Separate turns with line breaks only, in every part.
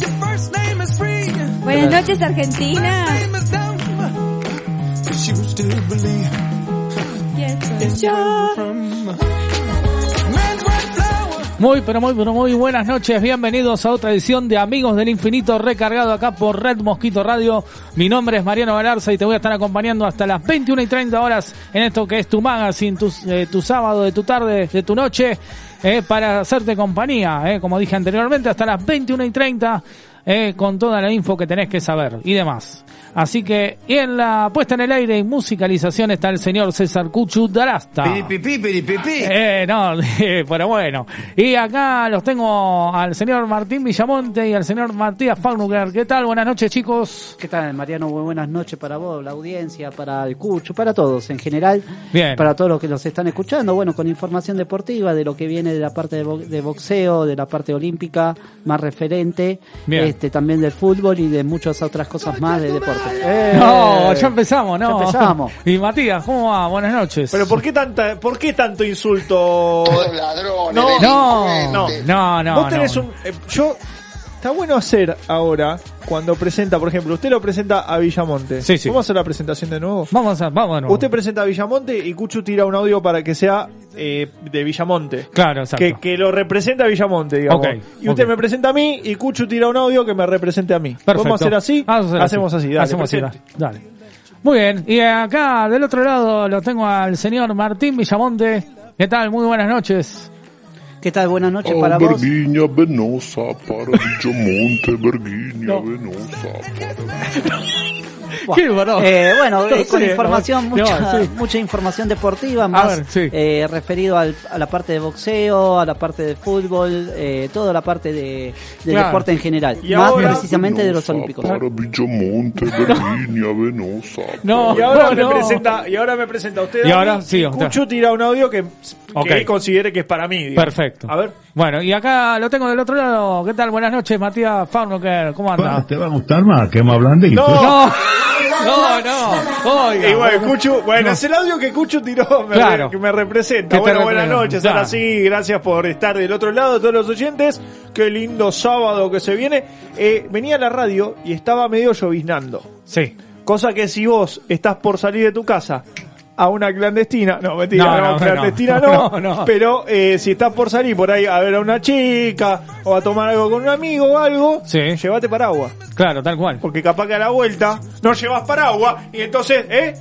Your first name is free.
Buenas noches Argentina.
Name is dumb. But you still believe it's where you're from. Man's white flower.
Muy, pero muy, pero muy buenas noches. Bienvenidos a otra edición de Amigos del Infinito recargado acá por Red Mosquito Radio. Mi nombre es Mariano Galarza y te voy a estar acompañando hasta las 21 y 30 horas en esto que es tu magazine, tu, eh, tu sábado, de tu tarde, de tu noche, eh, para hacerte compañía, eh, como dije anteriormente, hasta las 21 y 30 eh, con toda la info que tenés que saber y demás. Así que y en la puesta en el aire y musicalización está el señor César Cuchu Darasta.
Piripipí, piripipí.
Eh, no, eh, pero bueno. Y acá los tengo al señor Martín Villamonte y al señor Matías Faunuger. ¿Qué tal? Buenas noches, chicos.
¿Qué tal, Mariano? Muy buenas noches para vos, la audiencia, para el Cucho, para todos en general.
Bien.
Para todos los que nos están escuchando, bueno, con información deportiva de lo que viene de la parte de, bo- de boxeo, de la parte olímpica, más referente.
Bien.
Este, también del fútbol y de muchas otras cosas más de deporte. ¡Eh!
No, ya empezamos, ¿no?
Ya empezamos.
Y Matías, ¿cómo va? Buenas noches.
Pero ¿por qué, tanta, ¿por qué tanto insulto?
Todos ladrones,
No,
No, no,
delincuentes.
no, no.
Vos tenés un... eh, yo... Está bueno hacer ahora, cuando presenta, por ejemplo, usted lo presenta a Villamonte.
Sí, sí.
¿Vamos a hacer la presentación de nuevo?
Vamos a, vamos de nuevo.
Usted presenta a Villamonte y Cuchu tira un audio para que sea eh, de Villamonte.
Claro, exacto.
Que, que lo representa a Villamonte, digamos.
Ok,
y usted
ok.
me presenta a mí y Cuchu tira un audio que me represente a mí.
Perfecto.
¿Podemos hacer así?
Vamos a hacer
Hacemos así, dale.
Hacemos así,
presente.
dale. Muy bien, y acá del otro lado lo tengo al señor Martín Villamonte. ¿Qué tal? Muy buenas noches.
¿Qué tal? Buenas noches
Oh,
para vos.
Verguinha Venosa para Digimonte, Verguinha Venosa
Bueno,
Qué barato.
eh, bueno,
No
eh, con
sé,
información,
no,
mucha,
no, sí.
mucha información deportiva, más
ver, sí.
eh, referido al- a la parte de boxeo, a la parte de fútbol, eh, toda la parte de, del
Claro.
deporte en general,
Y
más
ahora-
precisamente de los olímpicos.
Para Digimonte, Verguinha Venosa
No.
Y ahora,
No,
me
no.
presenta, y ahora me presenta usted.
Y
a
ahora
mí,
sí, usted.
Cuchu tira un audio que, que
Ok.
él considere que es para mí. digamos.
Perfecto.
A ver.
Bueno, y acá lo tengo del otro lado. ¿Qué tal? Buenas noches, Matías Farnoker. ¿Cómo
Ah,
anda?
Ah, Te va a gustar más, que más blandito.
No,
No, no, no. Oiga.
Y bueno, Cuchu, bueno, es el audio que Cuchu tiró, me,
Claro.
que me
Que
representa.
te
Bueno,
representa.
buenas noches, ahora
Claro.
sí, gracias por estar del otro lado, todos los oyentes. Qué lindo sábado que se viene. Eh, venía a la radio y estaba medio lloviznando.
Sí.
Cosa que si vos estás por salir de tu casa a una clandestina, no, mentira,
No,
no,
no, no,
clandestina
no,
no,
no, no.
pero eh, si estás por salir por ahí a ver a una chica o a tomar algo con un amigo o algo,
Sí.
llévate paraguas.
Claro, tal cual.
Porque capaz que a la vuelta no llevas paraguas y entonces, ¿eh?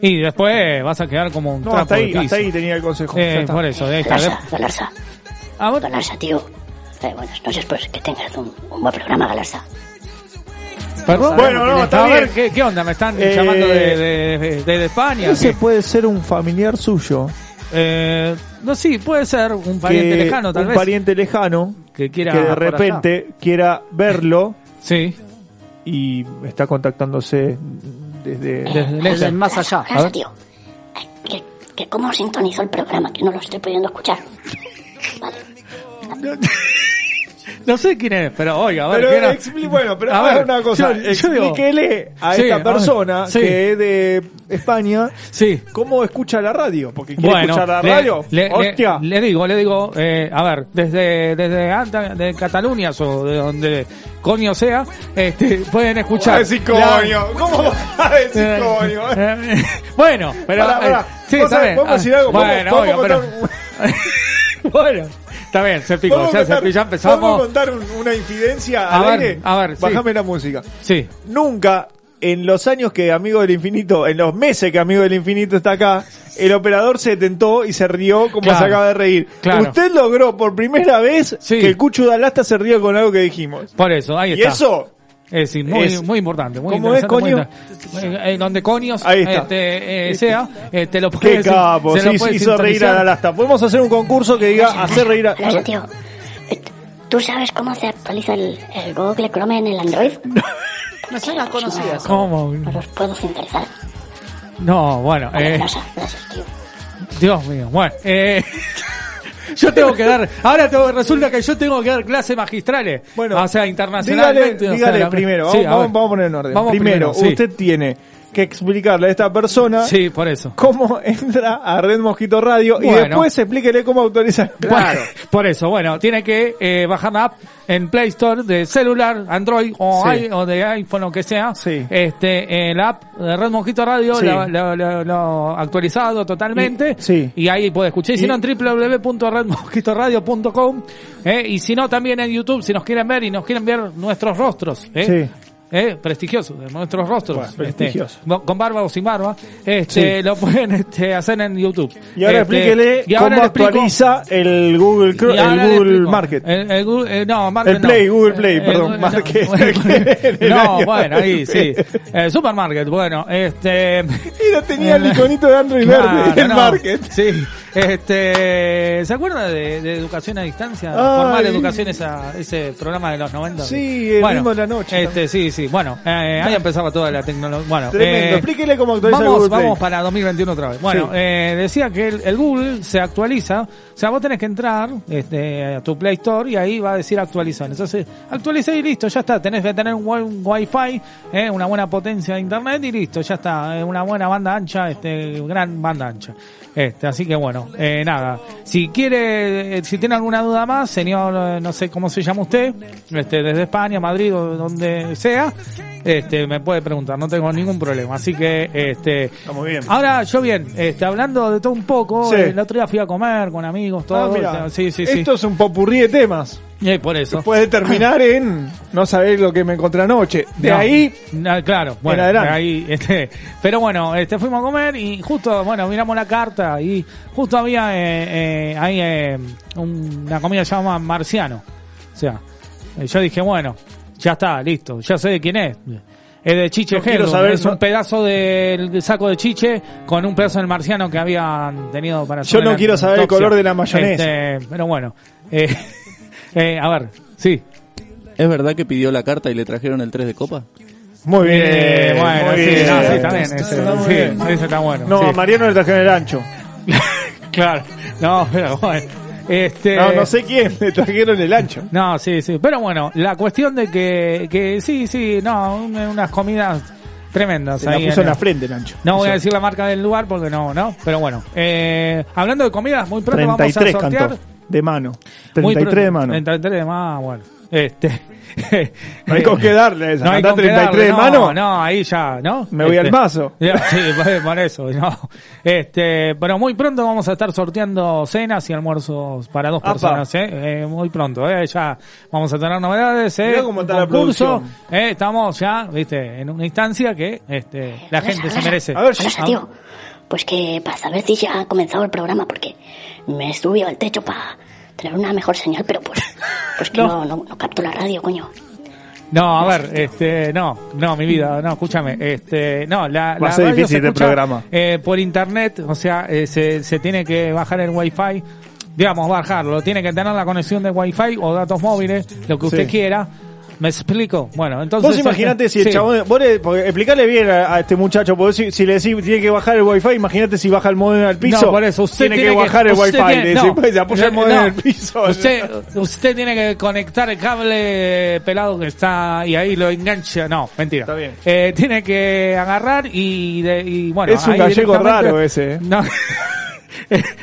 Y después vas a quedar como un
No,
trapo
hasta
de
ahí,
piso.
hasta ahí tenía el consejo. Ya
Eh,
está.
por eso, ahí está.
Galarza, Galarza,
Ah, vos-
Galarza, tío. Eh, buenas noches, pues que tengas un, un buen programa, Galarza.
Perdón.
Bueno, no, está
a ver,
bien.
¿qué, qué onda? ¿Me están
Eh,
llamando de, de, de- de España?
Ese
¿Qué?
puede ser un familiar suyo.
Eh, no, sí, puede ser un pariente
que-
lejano, tal
un
vez.
pariente lejano
que quiera...
que de
por allá.
repente quiera verlo
Sí,
y está contactándose desde...
desde el
Eh, Desde
exterior.
el más allá.
Galarza, tío. Ay, que, que cómo sintonizó el programa, que no lo estoy pudiendo escuchar. Vale.
No sé quién es, pero oiga, a ver,
Pero
¿quién era?
expli- bueno, pero
A
haga
ver,
una cosa.
yo- yo digo-
explíquele a
Sí,
esta
ver,
persona
sí.
que es de España
sí.
cómo escucha la radio. Porque quiere escuchar la
le-
radio.
Le, le-
¡Hostia!
le digo, le digo, eh, a ver, desde, desde Anta- de Cataluña o de donde coño sea, este, pueden
¿Cómo vas
escuchar.
a decir
la-
coño? ¿Cómo vas a decir
Eh,
coño? eh?
eh, bueno, pero.
Pará, pará.
eh, sí,
Vos
está
sabés,
bien.
vamos a
Ah,
decir algo, vamos-
Bueno,
vamos a
obvio, pero.
contar
bueno, está bien, se picó,
Vamos
ya,
a
se
contar-
picó, ya
¿Vamos a
empezamos.
contar un- una infidencia
A
al
ver,
aire?
a ver, sí.
Bájame la música.
Sí,
Nunca, en los años que Amigo del Infinito, en los meses que Amigo del Infinito está acá, el operador se tentó y se rió como
Claro.
se acaba de reír.
Claro.
Usted logró por primera vez
Sí.
que el Cuchu Dalasta se ría con algo que dijimos.
por eso, ahí
Y
está.
eso,
Es decir, muy,
Es-
muy importante. Muy
¿Cómo es,
interesante, muy
coño?
interesante. Eh, eh, donde coños
Ahí está.
este, eh, sea, eh, te lo puedes
qué capo,
se lo
sí,
puedes
hizo reír a
sintonizar.
Dalasta. Podemos hacer un concurso que diga hacer reír a...
Oye, tío, eh, ¿tú sabes cómo se actualiza el, el Google Chrome en el Android? No sé, lo conocías.
¿Cómo?
No los puedo sintonizar.
No, bueno, eh,
Gracias, gracias, tío.
Dios mío, bueno, eh, yo tengo que dar, ahora tengo- resulta que yo tengo que dar clases magistrales,
Bueno,
bueno, o sea,
Dígale,
internacionalmente. o sea,
dígale
la-
primero,
Sí,
vamos,
a
vamos,
ver.
vamos a poner en orden.
Vamos
primero,
sí.
usted tiene que explicarle a esta persona
Sí, por eso.
cómo entra a Red Mosquito Radio y
Bueno.
después explíquele cómo autoriza.
Por, por eso, bueno, tiene que eh, bajar la app en Play Store de celular, Android o,
Sí.
i- o de iPhone o que sea.
Sí.
Este, eh, la app de Red Mosquito Radio,
Sí.
la- la- la- lo actualizado totalmente.
Y- sí.
Y ahí puede escuchar. Y si
Y-
no, en www.redmosquitoradio.com. eh, y si no, también en YouTube, si nos quieren ver y nos quieren ver nuestros rostros. eh,
Sí.
eh, prestigiosos, de nuestros rostros,
Bueno,
este,
prestigioso.
bo- con barba o sin barba, este, lo pueden este, hacer en YouTube.
Y ahora
Este,
explíquele
y ahora
cómo
le explico-
actualiza el Google, Cro-
y ahora
el
le
Google
explico.
Market.
El, el Google- eh, no, Market
El Play,
no.
Google Play,
Eh,
perdón,
eh, no,
Market. El
No,
año
bueno, ahí sí.
2000.
Eh, supermarket, bueno, este...
Y no tenía el iconito de Android
Claro,
verde, el
no.
Market.
Sí, este... ¿Se acuerda de, de Educación a Distancia?
Ay.
Formal Educación, esa, ese programa de los 90.
Sí, el mismo de la noche
Este, sí, sí, bueno, eh, ahí empezaba toda la tecnología. Bueno,
Tremendo.
eh,
explíquele cómo actualiza el
Vamos,
Google
vamos
Play.
para 2021 otra vez. Bueno,
Sí.
eh, decía que el, el Google se actualiza. O sea, vos tenés que entrar este, a tu Play Store y ahí va a decir actualizar. Entonces, actualiza y listo, ya está. Tenés que tener un, buen Wi-Fi, eh, una buena potencia de internet y listo, ya está. Eh, una buena banda ancha, este, gran banda ancha. Este, así que bueno, eh, nada. Si quiere, eh, si tiene alguna duda más, señor, eh, no sé cómo se llama usted, este, desde España, Madrid o donde sea, este, me puede preguntar, no tengo ningún problema. Así que, este,
muy bien.
ahora yo bien, este, hablando de todo un poco,
Sí.
eh, el otro día fui a comer con amigos, todo,
Ah, mirá.
este, sí, sí, sí,
Esto es un popurrí de temas.
Eh, por eso.
Puede terminar eh, en no saber lo que me encontré anoche. De
No,
ahí
no, claro, bueno, de
adelante.
ahí, este, pero bueno, este, fuimos a comer y justo, bueno, miramos la carta y justo había eh, eh, ahí eh, un- una comida llamada marciano, o sea, eh, yo dije bueno, ya está, listo, ya sé de quién es. Es de Chiche
Yo quiero
Hello,
saber-
es un pedazo del saco de Chiche con un pedazo del marciano que habían tenido para
Yo no
hacer
quiero
la
saber el
autopsia.
color de la mayonesa.
Este, pero bueno, eh, eh, a ver, sí.
¿Es verdad que pidió la carta y le trajeron el 3 de copa?
Muy bien,
Eh, bueno,
muy
sí,
bien.
no, sí, también, ese,
Está muy
sí,
bien.
ese está bueno.
No,
sí.
a Mariano le trajeron el ancho.
Claro, no, pero bueno. Este,
No, no sé quién le trajeron el ancho.
No, sí, sí. Pero bueno, la cuestión de que, que sí, sí, no, un- unas comidas tremendas.
Se la
ahí
puso en
el-
la frente el ancho.
No voy a
Eso.
decir la marca del lugar porque no, no. Pero bueno, eh, hablando de comidas, muy pronto vamos a
33
sortear.
cantó. De mano.
muy
33
pronto-
de mano.
33 de mano, ah, bueno. Este.
No hay con qué darle esa.
No hay
Cantá
con qué
33 de
darle, no,
mano.
No, ahí ya, ¿no? Este,
Me voy al mazo.
ya, Sí, por- por eso, no. Este, pero muy pronto vamos a estar sorteando cenas y almuerzos para dos
Apa.
personas, ¿eh? Eh, Muy pronto, ¿eh? Ya vamos a tener novedades, ¿eh?
Mirá cómo está la producción.
¿eh? Estamos ya, viste, en una instancia que este, la gente se merece.
A ver,
Hola, tío. Pues que para saber si ya ha comenzado el programa, porque me he subido al techo para tener una mejor señal, pero pues, pues que no. no- no capto la radio, coño.
No, a ver, este, no, no, mi vida, no, escúchame, este, no, la,
Va a
la
ser
radio
difícil
se
este
escucha,
programa.
eh, por internet, o sea, eh, se, se tiene que bajar el wifi, digamos, bajarlo, tiene que tener la conexión de wifi o datos móviles, lo que usted
Sí.
quiera, ¿Me explico? Bueno, entonces... este,
Vos imaginate si el
Sí.
chabón. Vos le- porque explicarle bien a, a este muchacho, porque si, si le decís tiene que bajar el wifi, imagínate si baja el modem al piso.
No, por eso. Usted
tiene, que bajar el
usted
wifi.
tiene-
le
no.
decís, pues, apoya el modem
No.
en el piso.
Usted, usted tiene que conectar el cable pelado que está y ahí lo engancha. No, mentira. Está bien. tiene que agarrar y, de- y bueno.
Es un
ahí
gallego
directamente-
raro ese, eh.
No.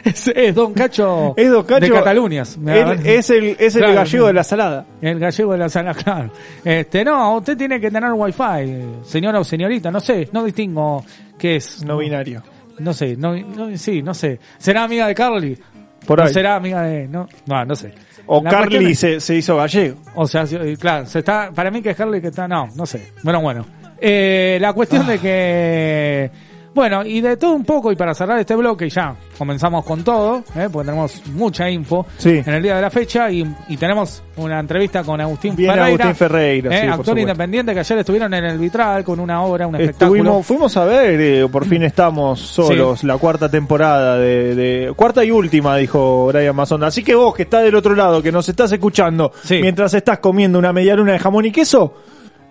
es, es Don Cacho.
Es Don Cacho.
De Cataluñas.
Él es el- es el gallego de la salada.
El gallego de la salada, claro. Este, no, usted tiene que tener wifi, señora o señorita, no sé, no distingo qué es. No
binario.
No sé, no, no- sí, no sé. ¿Será amiga de Carly?
Por
¿O
ahí.
será amiga de, no, no, no sé.
O
La cuestión
Carly
es-
se, se hizo gallego.
o sea, sí, eh, claro, se está, para mí que es Harley que está, no, no sé. Bueno, bueno. Eh, la cuestión
Ah.
de que, bueno, y de todo un poco, y para cerrar este bloque, ya comenzamos con todo, ¿eh? porque tenemos mucha info
Sí.
en el día de la fecha, y, y tenemos una entrevista con Agustín
Viene
Ferreira.
Agustín Ferreira,
¿eh?
sí, por
actor
supuesto.
independiente que ayer estuvieron en el vitral con una obra, un espectáculo.
Estuvimos, fuimos a ver, eh, por fin estamos solos, la cuarta temporada de, de- Cuarta y última, dijo Brian Mason. Así que vos que estás del otro lado, que nos estás escuchando, mientras estás comiendo una media luna de jamón y queso,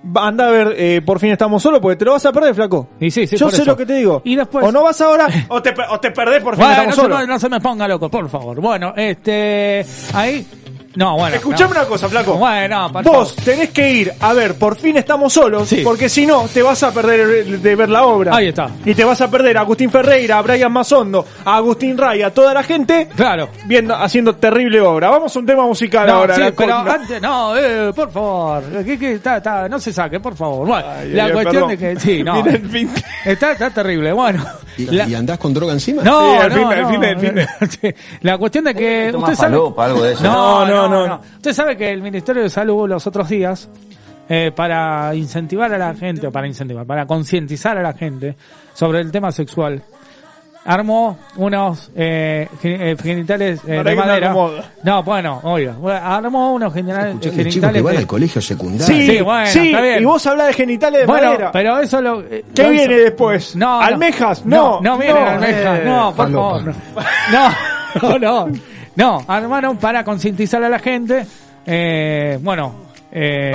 va- anda a ver, eh, por fin estamos solos, porque te lo vas a perder, flaco.
Y sí, sí,
Yo
por
sé
eso.
lo que te digo.
Y después-
O no vas ahora, o te, pe- o te perdés por fin
Bueno, no,
estamos
se-
solos.
no- no se me ponga loco, por favor. Bueno, este, ahí, no, bueno.
Escuchame
no.
una cosa, flaco.
Bueno, por
Vos tenés que ir a ver, por fin estamos solos, porque si no, te vas a perder el- de ver la obra.
Ahí está.
Y te vas a perder a Agustín Ferreira, a Brian Mazondo, a Agustín Ray, a toda la gente.
Claro.
Viendo, haciendo terrible obra. Vamos a un tema musical
No,
ahora.
sí,
la
pero
concha.
antes, no, eh, por favor, que, que, ta, ta, no se saque, por favor. Bueno,
Ay,
la
ay,
cuestión
perdón.
de que, sí, no,
Mira
está, está terrible, bueno.
¿Y, y andás con droga encima?
No, no, no. Sí, La cuestión de que
Tomás
usted sabe,
falopa, algo de eso.
No, no,
No,
no, no. Usted sabe que el Ministerio de Salud los otros días eh, para incentivar a la gente o para incentivar, para concientizar a la gente sobre el tema sexual. Armó unos eh, gen- eh, genitales eh,
Para
de
que no
madera.
acomoda.
No, bueno, oiga, armó unos genitales,
Escuchá, los chicos
genitales
que van
de-
al colegio secundario.
Sí,
Sí, bueno,
sí,
está bien.
y vos hablás de genitales de
bueno,
madera.
pero eso lo. eh,
¿Qué
lo hizo-
viene después?
No, no.
¿Almejas?
No,
No.
no vienen
no.
almejas.
Eh,
no, por
falopa.
favor. No, no, no. No, hermano, para concientizar a la gente, eh, bueno, eh,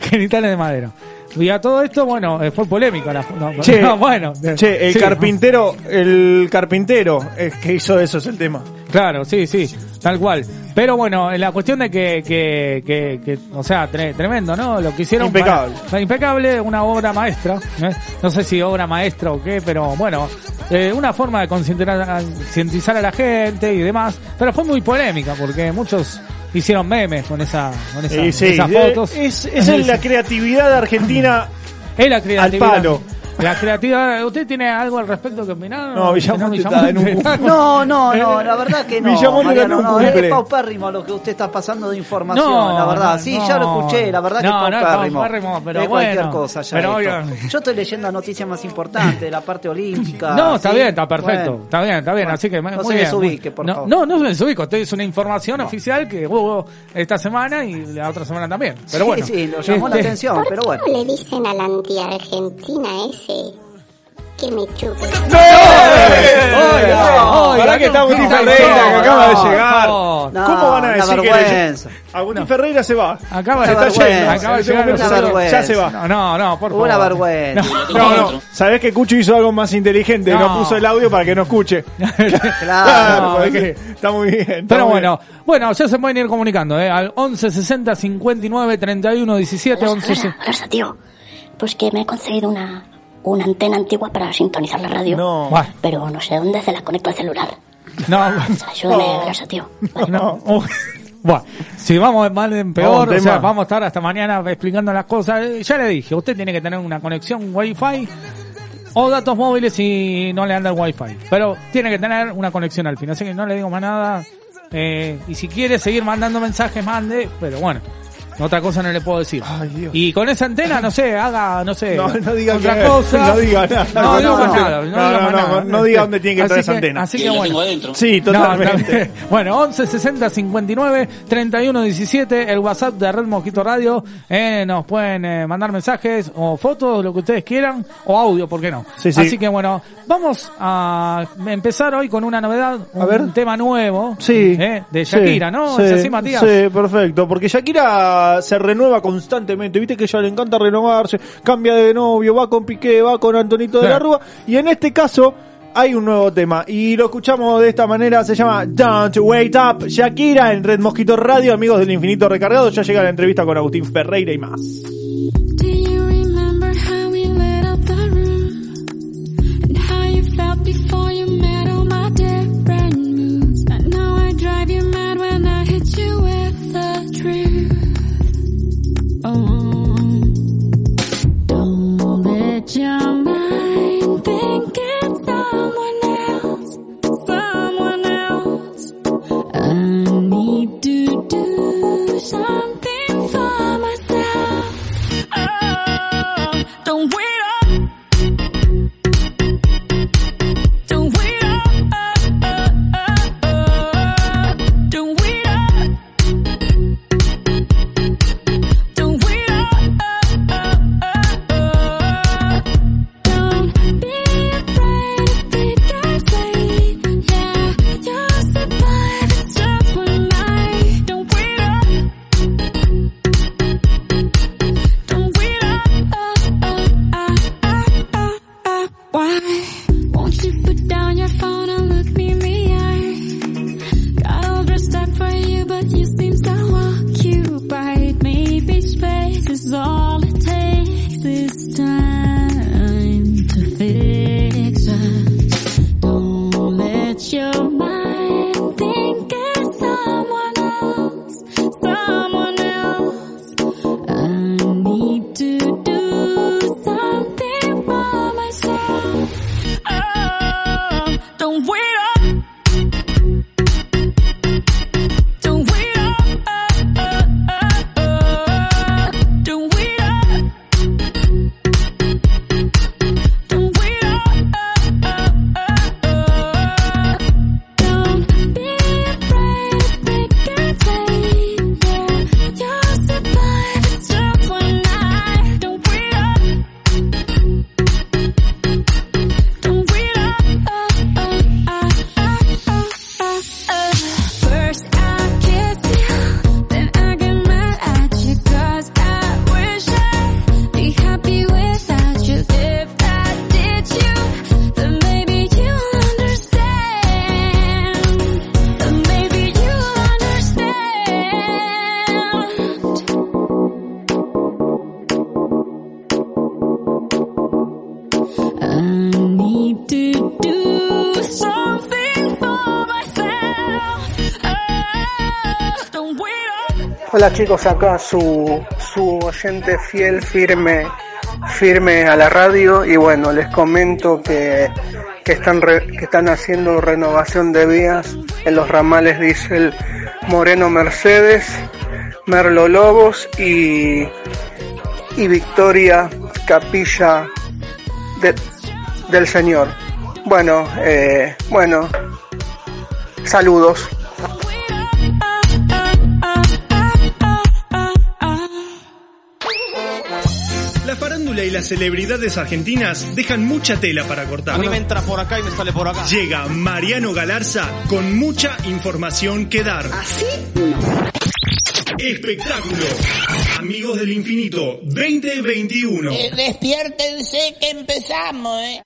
genitales de madera. Y a todo esto, bueno, eh, fue polémica la. no,
Che,
no, bueno.
che, el
Sí.
carpintero, el carpintero eh, que hizo eso es el tema.
Claro, sí, sí, tal cual. Pero bueno, eh, la cuestión de que, que, que, que, o sea, tre- tremendo, ¿no? Lo que hicieron.
Impecable.
para- impecable, una obra maestra. ¿eh? No sé si obra maestra o qué, pero bueno, eh, una forma de concientizar concientizar a la gente y demás. Pero fue muy polémica porque muchos hicieron memes con esa, con esa-
Y sí,
esas
eh,
fotos.
Es, es en la creatividad argentina
Es la creatividad.
Al palo.
La creatividad. ¿Usted tiene algo al respecto que opinar?
No, Villamonte está en un
Villamonte.
No, no, no, la verdad que no.
Villamonte
Mariano,
ganó un
no,
cumple.
es paupérrimo lo que usted está pasando de información, la verdad. Sí,
no.
ya lo escuché, la verdad
No,
que
no
es
es
paupérrimo.
paupérrimo, pero
Es cualquier
bueno.
cosa ya
Pero
esto.
obvio.
Yo estoy leyendo noticias más importantes de la parte olímpica.
No, está
Ah, ¿sí?
bien, está perfecto.
Bueno.
está bien, está bien.
Bueno,
así que
no
muy
se
bien.
desubique, por
no,
favor.
No, no se desubico. Esto es una información oficial que hubo esta semana y la otra semana también. Pero
Sí,
bueno. Este,
sí, lo llamó la atención, pero bueno.
¿Cómo le dicen al anti-argentina ese que me chupe?
¡Eh!
¡Eh!
Eh, Pará que está Agustín Ferreira que acaba de llegar. ¿Cómo van a decir que
vergüenza.
le- Agustín Ferreira se va?
Acaba
Se
de,
está yendo.
acaba de
En este
llegar.
momento
los
se va.
otros.
Ya se va.
No, no, no, por favor.
Una vergüenza.
No, no. Sabés que Cucho hizo algo más inteligente. No,
No.
puso el audio para que no escuche.
No,
porque
sí.
está muy bien. está
Pero
muy
bueno, bueno, ya se pueden ir comunicando, ¿eh? Al 11 60 59 31 17 11. se-
Rosa, tío, pues que me he conseguido una, una antena antigua para sintonizar la radio.
No.
Pero no sé dónde se la conecto al celular.
No,
Ayúdame, Rosa, tío.
no. Uy. Bueno, si vamos mal en peor, o
Vamos,
sea,
tema.
vamos a estar hasta mañana explicando las cosas. Eh, Ya le dije, usted tiene que tener una conexión Wi-Fi o datos móviles si no le anda el Wi-Fi. Pero tiene que tener una conexión al fin, así que no le digo más nada. Eh, y si quiere seguir mandando mensajes, mande, pero bueno. Otra cosa no le puedo decir. Y con esa antena, no sé, haga, no sé,
No, no diga
otra
que-
cosa.
no diga nada.
No, digo
No,
más
no,
nada, no,
no,
digo más
no,
nada.
no, no diga dónde tiene que
Así
estar esa antena.
Así
Y
que
lo
bueno.
tengo adentro. Sí, totalmente.
No, también. bueno, 11 60 59 31 17, el WhatsApp de Red Mosquito Radio. Eh, nos pueden eh, mandar mensajes o fotos, lo que ustedes quieran, o audio, ¿por qué no?
Sí, sí.
Así que bueno, vamos a empezar hoy con una novedad, un
ver.
tema nuevo
Sí.
eh, de Shakira, ¿no?
Sí,
¿Es así, Matías?
Sí, perfecto. Porque Shakira renueva, se renueva constantemente. Viste que ella le encanta renovarse, cambia de novio, va con Piqué, va con Antonito de la
Claro.
Rúa. Y en este caso hay un nuevo tema. Y lo escuchamos de esta manera, se llama Don't Wait Up. Shakira en Red Mosquito Radio, amigos del infinito recargado. Ya llega la entrevista con Agustín Ferreira y más.
Do you remember how we lit up the room? And how you felt before you met all my different moods? I know I drive you mad when I hit you with the truth. Oh. Don't let your mind think it's someone else, someone else. I need to do something for myself. Don't wait up. Don't wait up. Don't wait up. Don't wait up. Don't be afraid to think I say, yeah, you'll survive. It's just one night. Don't wait up. Don't wait up. Why won't you put down your phone and look me in the eye? Got all dressed up for you, but you seem so occupied. Maybe space is all it takes. It's time to fix us. Don't let your mind think it's someone else, someone else. I need to do something for myself. Oh, don't wait up. Don't wait up. Don't wait up. Don't wait up. Don't be afraid to think and say, yeah, you'll survive. It's just one night. Don't wait up. Don't wait up. First I kiss you, then I get mad at you 'cause I wish I'd be happy without you. If I did you, then maybe you'll understand. Then maybe you'll understand. I need to do something for myself. Oh, don't wait up.
Hola chicos, acá su, su oyente fiel, firme, firme a la radio y bueno, les comento que, que están, re- que están haciendo renovación de vías en los ramales diésel Moreno Mercedes, Merlo Lobos y, y Victoria Capilla de- del Señor. Bueno, eh, bueno, saludos.
La farándula y las celebridades argentinas dejan mucha tela para cortar.
A mí me
entra por acá y me sale por acá. Llega Mariano Galarza con mucha información que dar. ¿Así? Espectáculo. Amigos del Infinito 2021.
Eh, despiértense que empezamos, eh.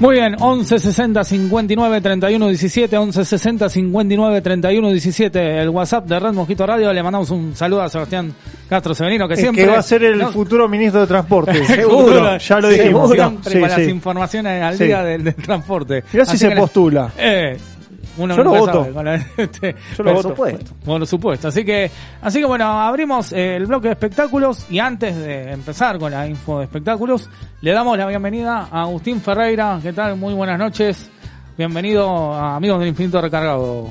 Muy bien, 11 60 59 31 17, 11 60 59 31 17, el WhatsApp de Red Mosquito Radio. Le mandamos un saludo a Sebastián Castro Severino, que
Que,
siempre.
que va a ser el
No,
futuro ministro de transporte. seguro, ya lo dijimos.
Seguro, siempre
Sí,
con
sí.
las informaciones al
Sí.
día del, del transporte.
Mirá si se
que la-
postula.
Eh, uno
Yo lo
nunca
voto.
sabe con la- este,
Yo lo
por
voto.
supuesto. Por supuesto. Así que, así que bueno, abrimos eh, el bloque de espectáculos y antes de empezar con la info de espectáculos, le damos la bienvenida a Agustín Ferreira. ¿Qué tal? Muy buenas noches. Bienvenido a Amigos del Infinito Recargado.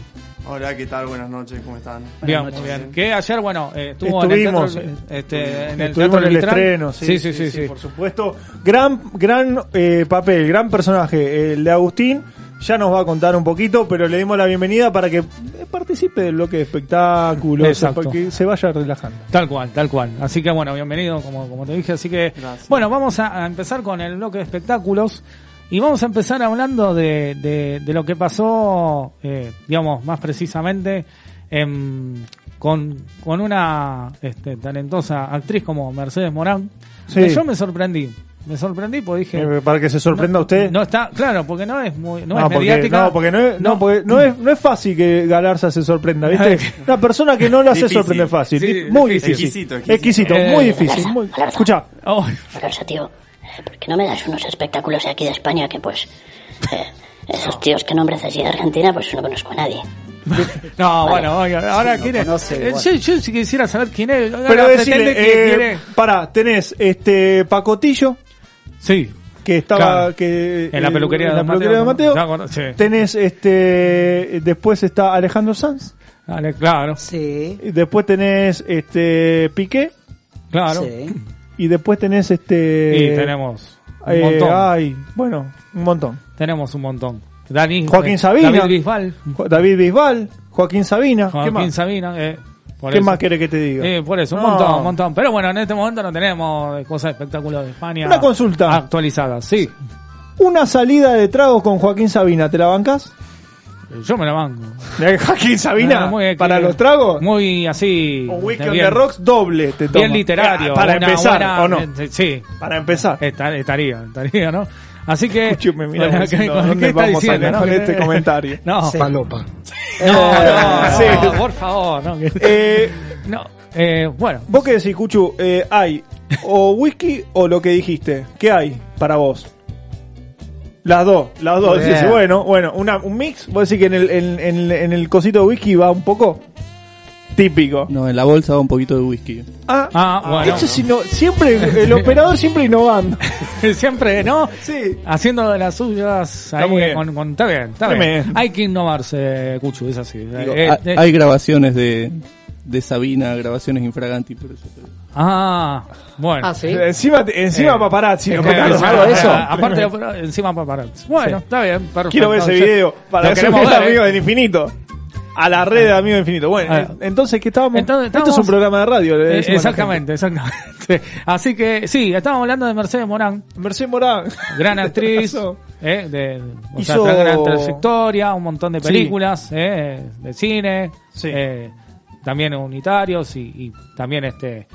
Hola, ¿qué tal? Buenas noches, ¿cómo están?
Bien, muy bien. Que ayer, bueno, eh, estuvo
Estuvimos,
en el teatro, este, en el,
Estuvimos
Teatro
en el
Levitrán.
estreno, sí,
sí, sí, sí, sí.
por supuesto. Gran, gran eh, papel, gran personaje, el de Agustín, ya nos va a contar un poquito, pero le dimos la bienvenida para que eh, participe del bloque de espectáculos,
Exacto.
para que se vaya relajando.
Tal cual, tal cual. Así que bueno, bienvenido, como, como te dije. Así que, bueno, vamos a, a empezar con el bloque de espectáculos. Y vamos a empezar hablando de, de, de lo que pasó, eh, digamos, más precisamente, em, con, con una este, talentosa actriz como Mercedes Morán.
Sí.
Que yo me sorprendí. Me sorprendí porque dije...
Eh, para que se sorprenda
no-
usted.
No está, claro, porque no es muy, no, es
porque,
mediática.
no, porque no es, no, porque no es, no es fácil que Galarza se sorprenda, ¿viste? Una persona que no la hace
Difícil.
sorprender fácil.
Sí,
di- muy
difícil.
difícil.
Exquisito, exquisito.
muy
Eh,
difícil.
Galarza,
muy-
Galarza.
Escucha.
Galarza, tío, eh, ¿por qué no me das unos espectáculos de aquí de España que, pues, eh, esos tíos que nombres así de Argentina, pues no conozco a nadie?
No, bueno, oiga, ahora
Sí,
quién
no
es.
conoce,
Eh,
bueno.
yo, yo sí quisiera saber quién es.
Pero
Ahora
decirle,
pretende que quiere-
eh, pará, tenés este Pacotillo.
Sí.
Que estaba
Claro.
que,
En la
eh,
peluquería
en
de
la
Don
peluquería de
Mateo,
Mateo.
¿no? Me acuerdo, sí.
Tenés este después está Alejandro Sanz.
Ale- claro.
Sí. Después tenés este Piqué.
Claro.
Y después tenés este
Y tenemos un
eh,
montón.
ay, bueno, un montón.
Tenemos un montón. Dani,
Joaquín
eh,
Sabina.
David Bisbal.
Jo- David Bisbal, Joaquín Sabina, ¿qué
Joaquín
más?
Sabina. eh, por
¿Qué
eso.
más quiere que te diga?
Eh, por eso, un
No.
montón, un montón. Pero bueno, en este momento no tenemos eh, cosas espectaculares de España.
Una consulta.
Actualizadas, sí.
Una salida de tragos con Joaquín Sabina, ¿te la bancas?
Yo me la banco.
Joaquín Sabina,
No, no, muy- eh,
para
que-
los tragos.
Muy así.
Un whisky
de
on
bien.
the rocks doble te toma.
Bien literario.
Ah, Para
una
empezar,
buena-
¿o no?
eh, Sí.
Para empezar.
estaría, estaría, ¿no? Así que...
mira,
Bueno,
diciendo,
¿qué-
¿dónde
qué está
vamos a
diciendo,
ir
no?
con este comentario?
No.
Sí.
Palopa. No, no,
Sí.
no, por favor. No, que- no, eh, bueno.
Vos qué decís, Cuchu, eh, hay o whisky o lo que dijiste. ¿Qué hay para vos? Las dos, las dos.
Bien.
Decís, bueno, bueno, una- un mix. Vos decís que en el, en, en- en el cosito de whisky va un poco típico.
No, en la bolsa va un poquito de whisky.
Ah,
Ah, bueno.
eso sí, no- siempre, el operador siempre innovando.
Siempre, ¿no?
Sí.
Haciendo de las suyas. ahí
muy bien.
Con, con- está bien, está
Muy
bien.
bien.
Hay que innovarse, Cuchu, es así.
Digo,
Eh,
ah,
ha-
eh,
hay grabaciones de, de Sabina, grabaciones infraganti, por eso.
Ah, bueno.
Ah, ¿sí? Encima- encima paparazzi, lo pegaron,
encima-
algo de eso.
Aparte, pero encima paparazzi. Bueno,
Sí.
está bien, perfecto.
Quiero ver ese
Entonces,
video para
lo
que
queremos ver,
amigos
¿eh?
del infinito. A la red de amigos del infinito. Bueno, eh, entonces, ¿qué estábamos? Esto es un
Ah. estábamos-
programa de radio. le
Eh,
decimos a la
exactamente, exactamente. Así que sí, estábamos hablando de Mercedes Morán.
Mercedes Morán.
Gran actriz. eh, de, o sea,
Hizo-
tra- gran trayectoria, un montón de
Sí.
películas, eh, de cine, eh, también unitarios y, y también este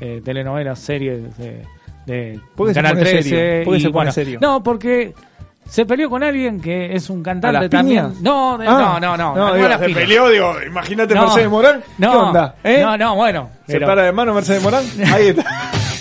eh, telenovelas, series de, de
¿Por qué se
Canal
pone
13.
serio? ¿Por qué
y,
se pone
bueno,
serio?
No, porque se peleó con alguien que es un
¿A
cantante
las
también.
piñas?
No, de-
Ah.
no, no, no,
No,
a
digo,
las
se
piñas.
peleó, digo, imagínate Mercedes Morán, ¿qué
No,
onda, eh?
No, no, bueno.
¿Se
pero-
para de mano Mercedes Morán? Ahí está.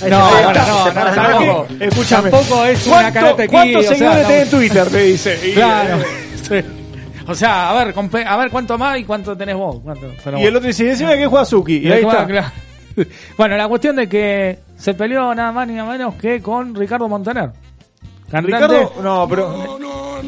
No,
Ahí
bueno,
está,
no,
se para
no,
de mano.
tampoco.
Escúchame.
Tampoco es una
¿Cuánto-
Karate Kid,
¿Cuántos
o sea,
seguidores
no.
tenés en Twitter? Te dice. Y,
Claro.
eh,
Sí. O sea, a ver, compe- a ver cuánto más y cuánto tenés vos. cuánto- pero
Y el
bueno.
otro dice, decime que juega Suki. Y ahí
Claro,
está.
claro. Bueno, la cuestión de que se peleó nada más ni nada menos que con Ricardo Montaner. Cantante.
Ricardo, no, pero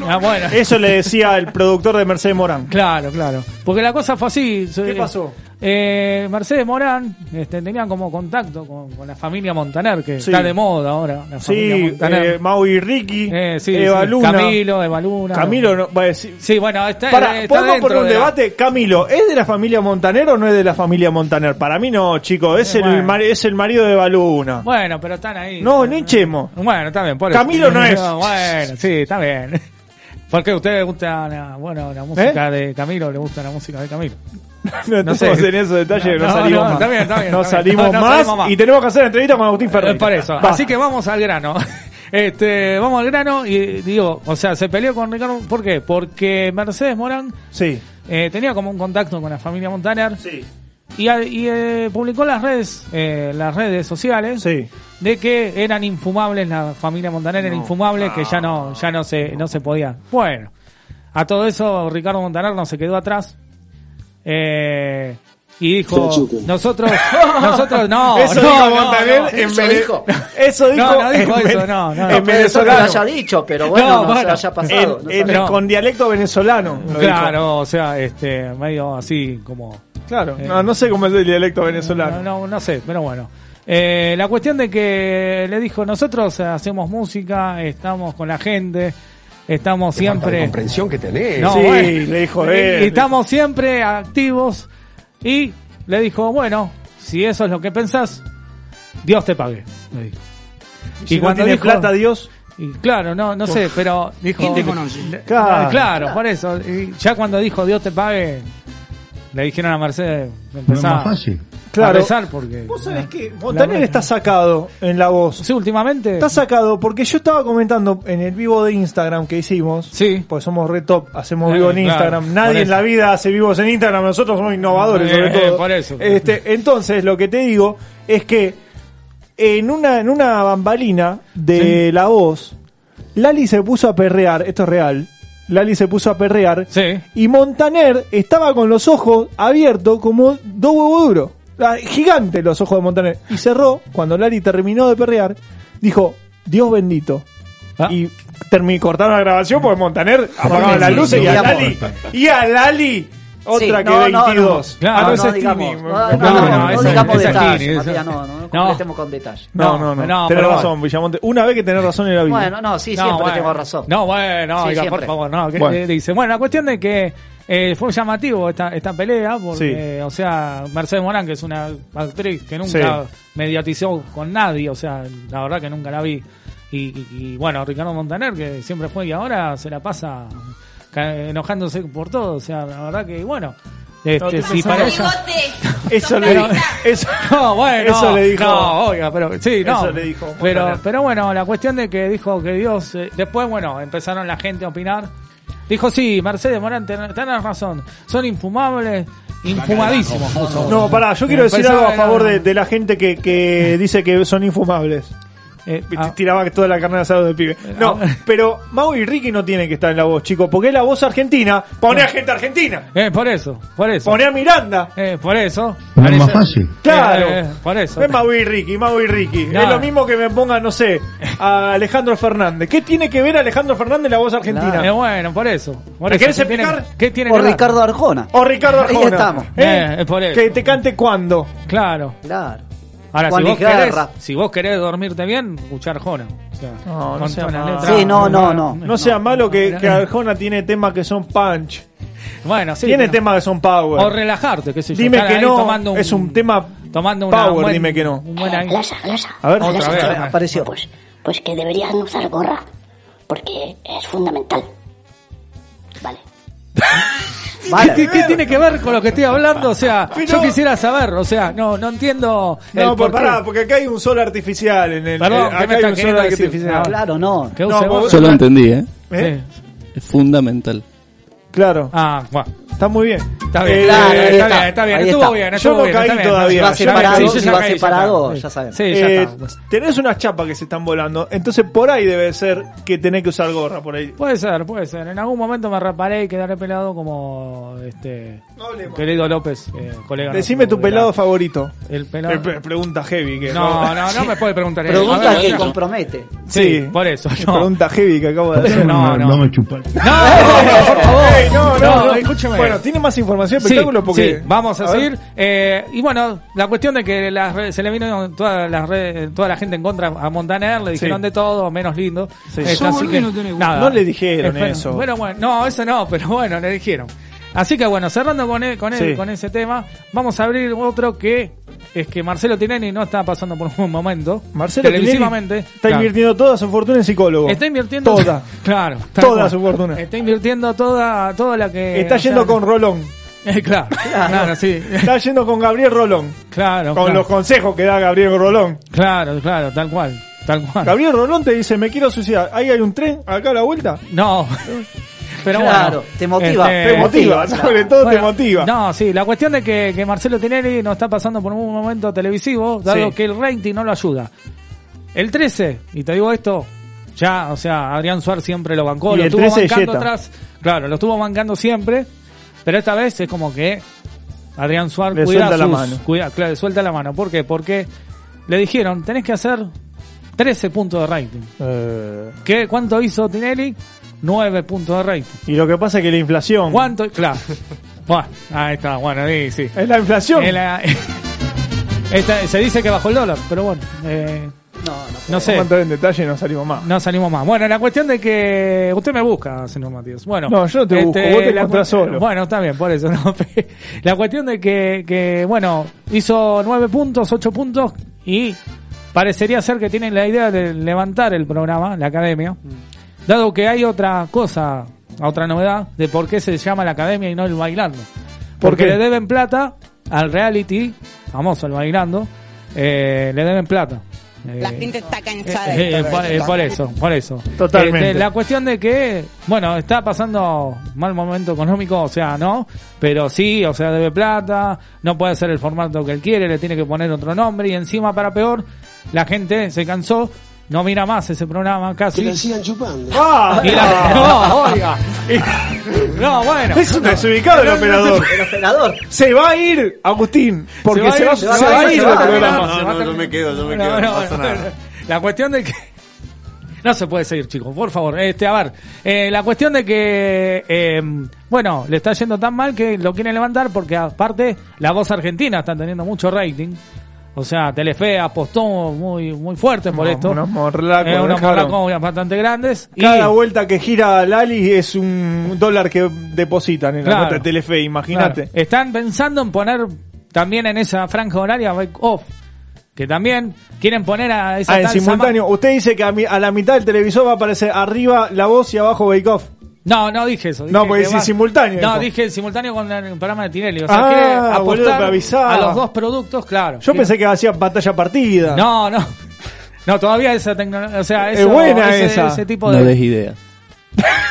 Ah, bueno.
eso le decía el productor de Mercedes Morán.
Claro, claro. Porque la cosa fue así.
¿Qué pasó?
Eh, Mercedes Morán este, tenía como contacto con, con la familia Montaner, que
eh, Sí.
está de moda ahora. La familia
Sí,
Montaner.
eh, Mau y Ricky,
Eh, sí,
Eva
sí.
Luna.
Camilo, Eva Luna.
Camilo, no, va a decir-
Sí, bueno, está, eh,
Para,
está
podemos
dentro
poner un
de la-
debate, Camilo, ¿es de la familia Montaner o no es de la familia Montaner? Para mí no, chicos, es,
Eh,
el,
bueno.
mari- es el marido de Baluna.
Bueno, pero están ahí.
No, no hinchemos.
Bueno, está bien. por
Camilo
eso.
no es.
Bueno, sí, está bien. Porque a ustedes les gusta la, bueno, la música de Camilo, le gusta la música de Camilo.
No,
no
estamos
sé.
en esos detalles,
No, no,
no, salimos
no,
más.
está bien, está bien,
no
está bien.
salimos,
No, no
más,
salimos más.
y tenemos que hacer entrevista con Agustín Ferrer.
Eh, Por eso.
Va.
Así que vamos al grano. Este, vamos al grano y digo, o sea, se peleó con Ricardo. ¿Por qué? Porque Mercedes Morán
Sí.
eh, tenía como un contacto con la familia Montaner. Y, a- y, eh, publicó las redes, eh, las redes sociales de que eran infumables, la familia Montaner era infumable, que ya
Ah.
no, ya no se, no se podía. Bueno, a todo eso Ricardo Montaner no se quedó atrás. Eh, y dijo, nosotros, nosotros no,
Eso
no,
dijo
no,
Montaner
no.
en Vene- Eso dijo.
No, no dijo
en
eso,
Vene-
no, no.
en
No, pero
venezolano.
eso que lo haya dicho, pero bueno, no se lo haya pasado,
En-
no
en-
sabemos.
Con dialecto venezolano. lo
Claro, o sea, este, medio así como
dijo. Claro.
Eh.
No, no sé cómo es el dialecto venezolano.
No, no, no sé, pero bueno. Eh, la cuestión de que le dijo, nosotros hacemos música, estamos con la gente, Estamos siempre.
comprensión que tenés.
No,
Sí,
bueno.
le dijo
Y-
él,
y estamos siempre activos. Y le dijo, bueno, si eso es lo que pensás, Dios te pague. le dijo.
Si no tiene plata, Dios.
y claro, no, no sé, pero dijo.
¿Quién te conoce?
Claro,
Claro.
claro, por eso. Y ya cuando dijo Dios te pague, le dijeron a Mercedes, empezá
más fácil.
a
Claro.
rezar porque.
Vos sabés que
La
Montaner
verdad.
está sacado en la voz.
Sí, últimamente.
Está sacado porque yo estaba comentando en el vivo de Instagram que hicimos.
Sí.
Porque somos re top, hacemos
Eh,
vivo en
claro,
Instagram.
por
Nadie en
eso.
la vida hace vivos en Instagram, nosotros somos innovadores
Eh,
sobre
eh,
todo.
por eso.
Este, entonces, lo que te digo es que en una, en una bambalina de la voz, Lali se puso a perrear, esto es real. Lali se puso a perrear y Montaner estaba con los ojos abiertos como dos huevos duros. Ah, Gigante los ojos de Montaner. Y cerró, cuando Lali terminó de perrear, dijo, Dios bendito.
Ah.
Y termi- cortaron la grabación porque Montaner apagaba
Aparte,
las
sí,
luces
sí,
y a
la
Lali. Y a Lali. Otra
Sí,
que
no, no,
22.
no.
Ah,
No,
no,
no
es Stini.
digamos, no, no, no, no
esa-
digamos
esa es
detalles,
Stini,
Matías,
esa-
no, no, no completemos con detalles.
No, no, no.
no,
tenés
pero-
razón, Villamonte. Una vez que tenés razón en la vida.
Bueno, no, sí, siempre
bueno.
tengo razón.
No, bueno,
Sí,
oiga, por
siempre.
favor, no. este, ¿qué
Bueno.
te dice? Bueno, la cuestión de que eh, fue llamativo esta, esta pelea, porque, o sea, Mercedes Morán, que es una actriz que nunca
Sí.
mediatizó con nadie, o sea, la verdad que nunca la vi. Y, y- y, bueno, Ricardo Montaner, que siempre fue y ahora se la pasa ca- enojándose por todo, o sea, la verdad que, bueno.
No,
Este,
te
si
pensás-
para ella-
Eso le dijo. Eso,
no, bueno,
eso le dijo.
No, oiga, pero sí, no.
Eso le dijo.
Pero,
Montaner.
pero bueno, la cuestión de que dijo que Dios. eh, después, bueno, empezaron la gente a opinar. Dijo, sí, Mercedes Morán, ten- tenés razón. Son infumables, infumadísimos.
No, pará, yo quiero decir
Empezaron
algo a favor de, de la gente que, que dice que son infumables.
eh,
Y
ah.
t- Tiraba toda la carne de asado del pibe. No, pero Mau y Ricky no tienen que estar en la voz, chicos, porque es la voz argentina. Poné a gente argentina.
Eh, por eso, por eso.
Poné a Miranda.
Eh, por eso.
No es más fácil.
Claro.
Eh, por eso.
Es Mau y Ricky, Mau y Ricky.
No.
Es lo mismo que me ponga, no sé, a Alejandro Fernández. ¿Qué tiene que ver Alejandro Fernández la voz argentina?
Eh, bueno, por eso. Por
¿Me
eso.
querés
¿Qué tiene-
explicar?
¿Qué tiene
O
que ver?
Ricardo Arjona.
O Ricardo
Ahí
Arjona.
estamos.
¿Eh?
Eh, es por eso.
Que te cante cuando.
Claro.
Claro.
Ahora, si
Juan
vos, querés,
Vizcarra.
si vos querés dormirte bien, escuchar Jona. O sea,
No, no
con
sea
todas las
malo.
letras-
No sea malo que, que Arjona tiene temas que son punch.
Bueno, sí,
tiene
pero-
temas que son power.
O relajarte, qué sé yo.
Dime
estar
que
ahí
no.
tomando un-
es un tema
tomando una-
power,
un buen-
dime que no.
un buen ahí.
Glasa, glasa.
A ver,
Glasa,
otra vez,
glasa.
otra vez.
Apareció.
Pues, pues que deberían usar gorra porque es fundamental. Vale.
Vale.
¿Qué, qué tiene que ver con lo que estoy hablando? O sea,
Pero-
yo quisiera saber, o sea, no, no entiendo el
No, pero
por qué.
pará, porque acá hay un sol artificial en el.
Perdón,
eh,
¿qué me
acá hay
estás
un sol
queriendo decir?
artificial.
No, claro,
no.
Que use vos.
Yo lo entendí, ¿eh?
¿Eh?
Es fundamental.
Claro.
Ah, bueno.
Está muy bien. Eh,
Está bien, claro, ahí está, está bien, estuvo bien, estuvo
Yo no
bien,
caí
está bien.
todavía.
Si va
Yo no
separado,
caí.
si Sí, ya va caí, ya separado, está. ya sabemos. Sí, ya
Eh,
está. pues.
Tenés unas chapas que se están volando, entonces por ahí debe ser que tenés que usar gorra, por ahí.
Puede ser, puede ser. En algún momento me raparé y quedaré pelado como este querido López, eh, colega.
Decime
nuestro, de
tu
la-
pelado favorito.
El pelado-
Pre- pre- pregunta heavy. Que
No, no, no me puede preguntar eso. A
Pregunta
ver,
que
no.
compromete.
Sí, por eso. no.
Pregunta heavy que acabo de hacer.
No, no.
Vamos a chupar.
Ey, no, no, no.
escúcheme.
Bueno, tiene más información de
Sí,
espectáculo porque.
sí, vamos a,
ver.
seguir. Eh, y bueno, la cuestión de que las redes- se le vino toda la, toda la gente en contra a Montaner, le dijeron
Sí.
de todo, menos lindo.
Sí.
Este,
Yo, boludo, no tenés gusto. No le dijeron eso.
Bueno, bueno, no, eso no, pero bueno, le dijeron. Así que bueno, cerrando con, e- con, e-
Sí.
con ese tema, vamos a abrir otro que es que Marcelo Tinelli no está pasando por un buen momento.
Marcelo Tinelli
televisivamente.
está
Claro.
invirtiendo toda su fortuna en psicólogo.
Está invirtiendo
toda.
Claro. tal
Toda
cual.
su fortuna.
Está invirtiendo toda, toda la que.
Está
o sea,
yendo con Rolón.
Eh, claro, claro, sí.
Está yendo con Gabriel Rolón.
Claro,
Con
claro.
los consejos que da Gabriel Rolón.
Claro, claro, tal cual, tal cual.
Gabriel Rolón te dice, me quiero suicidar. Ahí hay un tren, acá a la vuelta.
No. Pero
Claro,
bueno, este,
te motiva,
te motiva, sobre todo te motiva.
No, sí, la cuestión de que, que Marcelo Tinelli no está pasando por un momento televisivo, dado
Sí.
que el rating no lo ayuda. El 13, y te digo esto, ya, o sea, Adrián Suárez siempre lo bancó,
Y
lo
el
estuvo
13 es
bancando
Jetta.
atrás, claro, lo estuvo bancando siempre, pero esta vez es como que Adrián Suárez
Le
cuida
suelta la
sus-
mano.
cuida- claro, le suelta la mano. ¿Por qué? Porque le dijeron, tenés que hacer 13 puntos de rating.
Eh.
¿Qué, ¿Cuánto hizo Tinelli? 9 puntos de rating.
Y lo que pasa es que la inflación.
¿Cuánto? Claro. Bueno, ahí está, bueno, sí, sí.
Es la inflación.
Eh, la- Esta- se dice que bajó el dólar, pero bueno. eh,
No, no.
No sé.
Vamos a entrar en detalle y no salimos más.
No salimos más. Bueno, la cuestión de que usted me busca, señor Matías. Bueno, este,
No, yo no te busco, vos te
la
encontrás
cu-
solo.
Bueno, está bien, por eso. ¿no? la cuestión de que, que, bueno, hizo nueve puntos, ocho puntos y parecería ser que tienen la idea de levantar el programa, la academia,
Mm.
dado que hay otra cosa, otra novedad de por qué se llama la academia y no el bailando.
¿Por
Porque
qué?
le deben plata al reality, famoso el bailando, eh, le deben plata. Eh,
La gente está cansada.
eh, eh, por, eh, por eso, por eso.
Totalmente.
Este, la cuestión de que, bueno, está pasando mal momento económico, o sea, no, pero sí, o sea, debe plata, no puede hacer el formato que él quiere, le tiene que poner otro nombre y encima, para peor, la gente se cansó, no mira más ese programa casi.
Que le sigan chupando.
Ah, y la- no,
ah.
oiga. Y- no, bueno.
Es un desubicado el operador.
El operador.
Se va a ir, Agustín. Porque se va se va a ir del programa.
No, no, yo me quedo, yo me quedo. La cuestión de que. No se puede seguir, chicos, por favor. Este, a ver, eh, la cuestión de que, eh, bueno, le está yendo tan mal que lo quieren levantar porque aparte la voz argentina está teniendo mucho rating. O sea, Telefe apostó muy muy fuerte por
No,
esto.
unos morlacos,
Eh, unos
dejaron.
morlacos bastante grandes. y-
Cada vuelta que gira Lali es un dólar que depositan en la
Claro.
cuenta de Telefe, imagínate.
Claro. Están pensando en poner también en esa franja horaria Bake Off. Que también quieren poner a esa
Ah, en
tal Sama-
simultáneo. Usted dice que a, mi- a la mitad del televisor va a aparecer arriba la voz y abajo Bake Off.
No, no dije eso. dije
No, porque
que
dice
va-
simultáneo,
No,
dijo.
dije en simultáneo con el programa de Tinelli. O sea,
Ah,
quiere apostar
boludo, me avisaba.
a los dos productos, claro.
Yo
Quiere-
pensé que hacía pantalla partida.
No, no. No, todavía esa tecnología. O sea,
Es
eso-
buena
ese,
esa.
ese tipo
No
de.
des idea.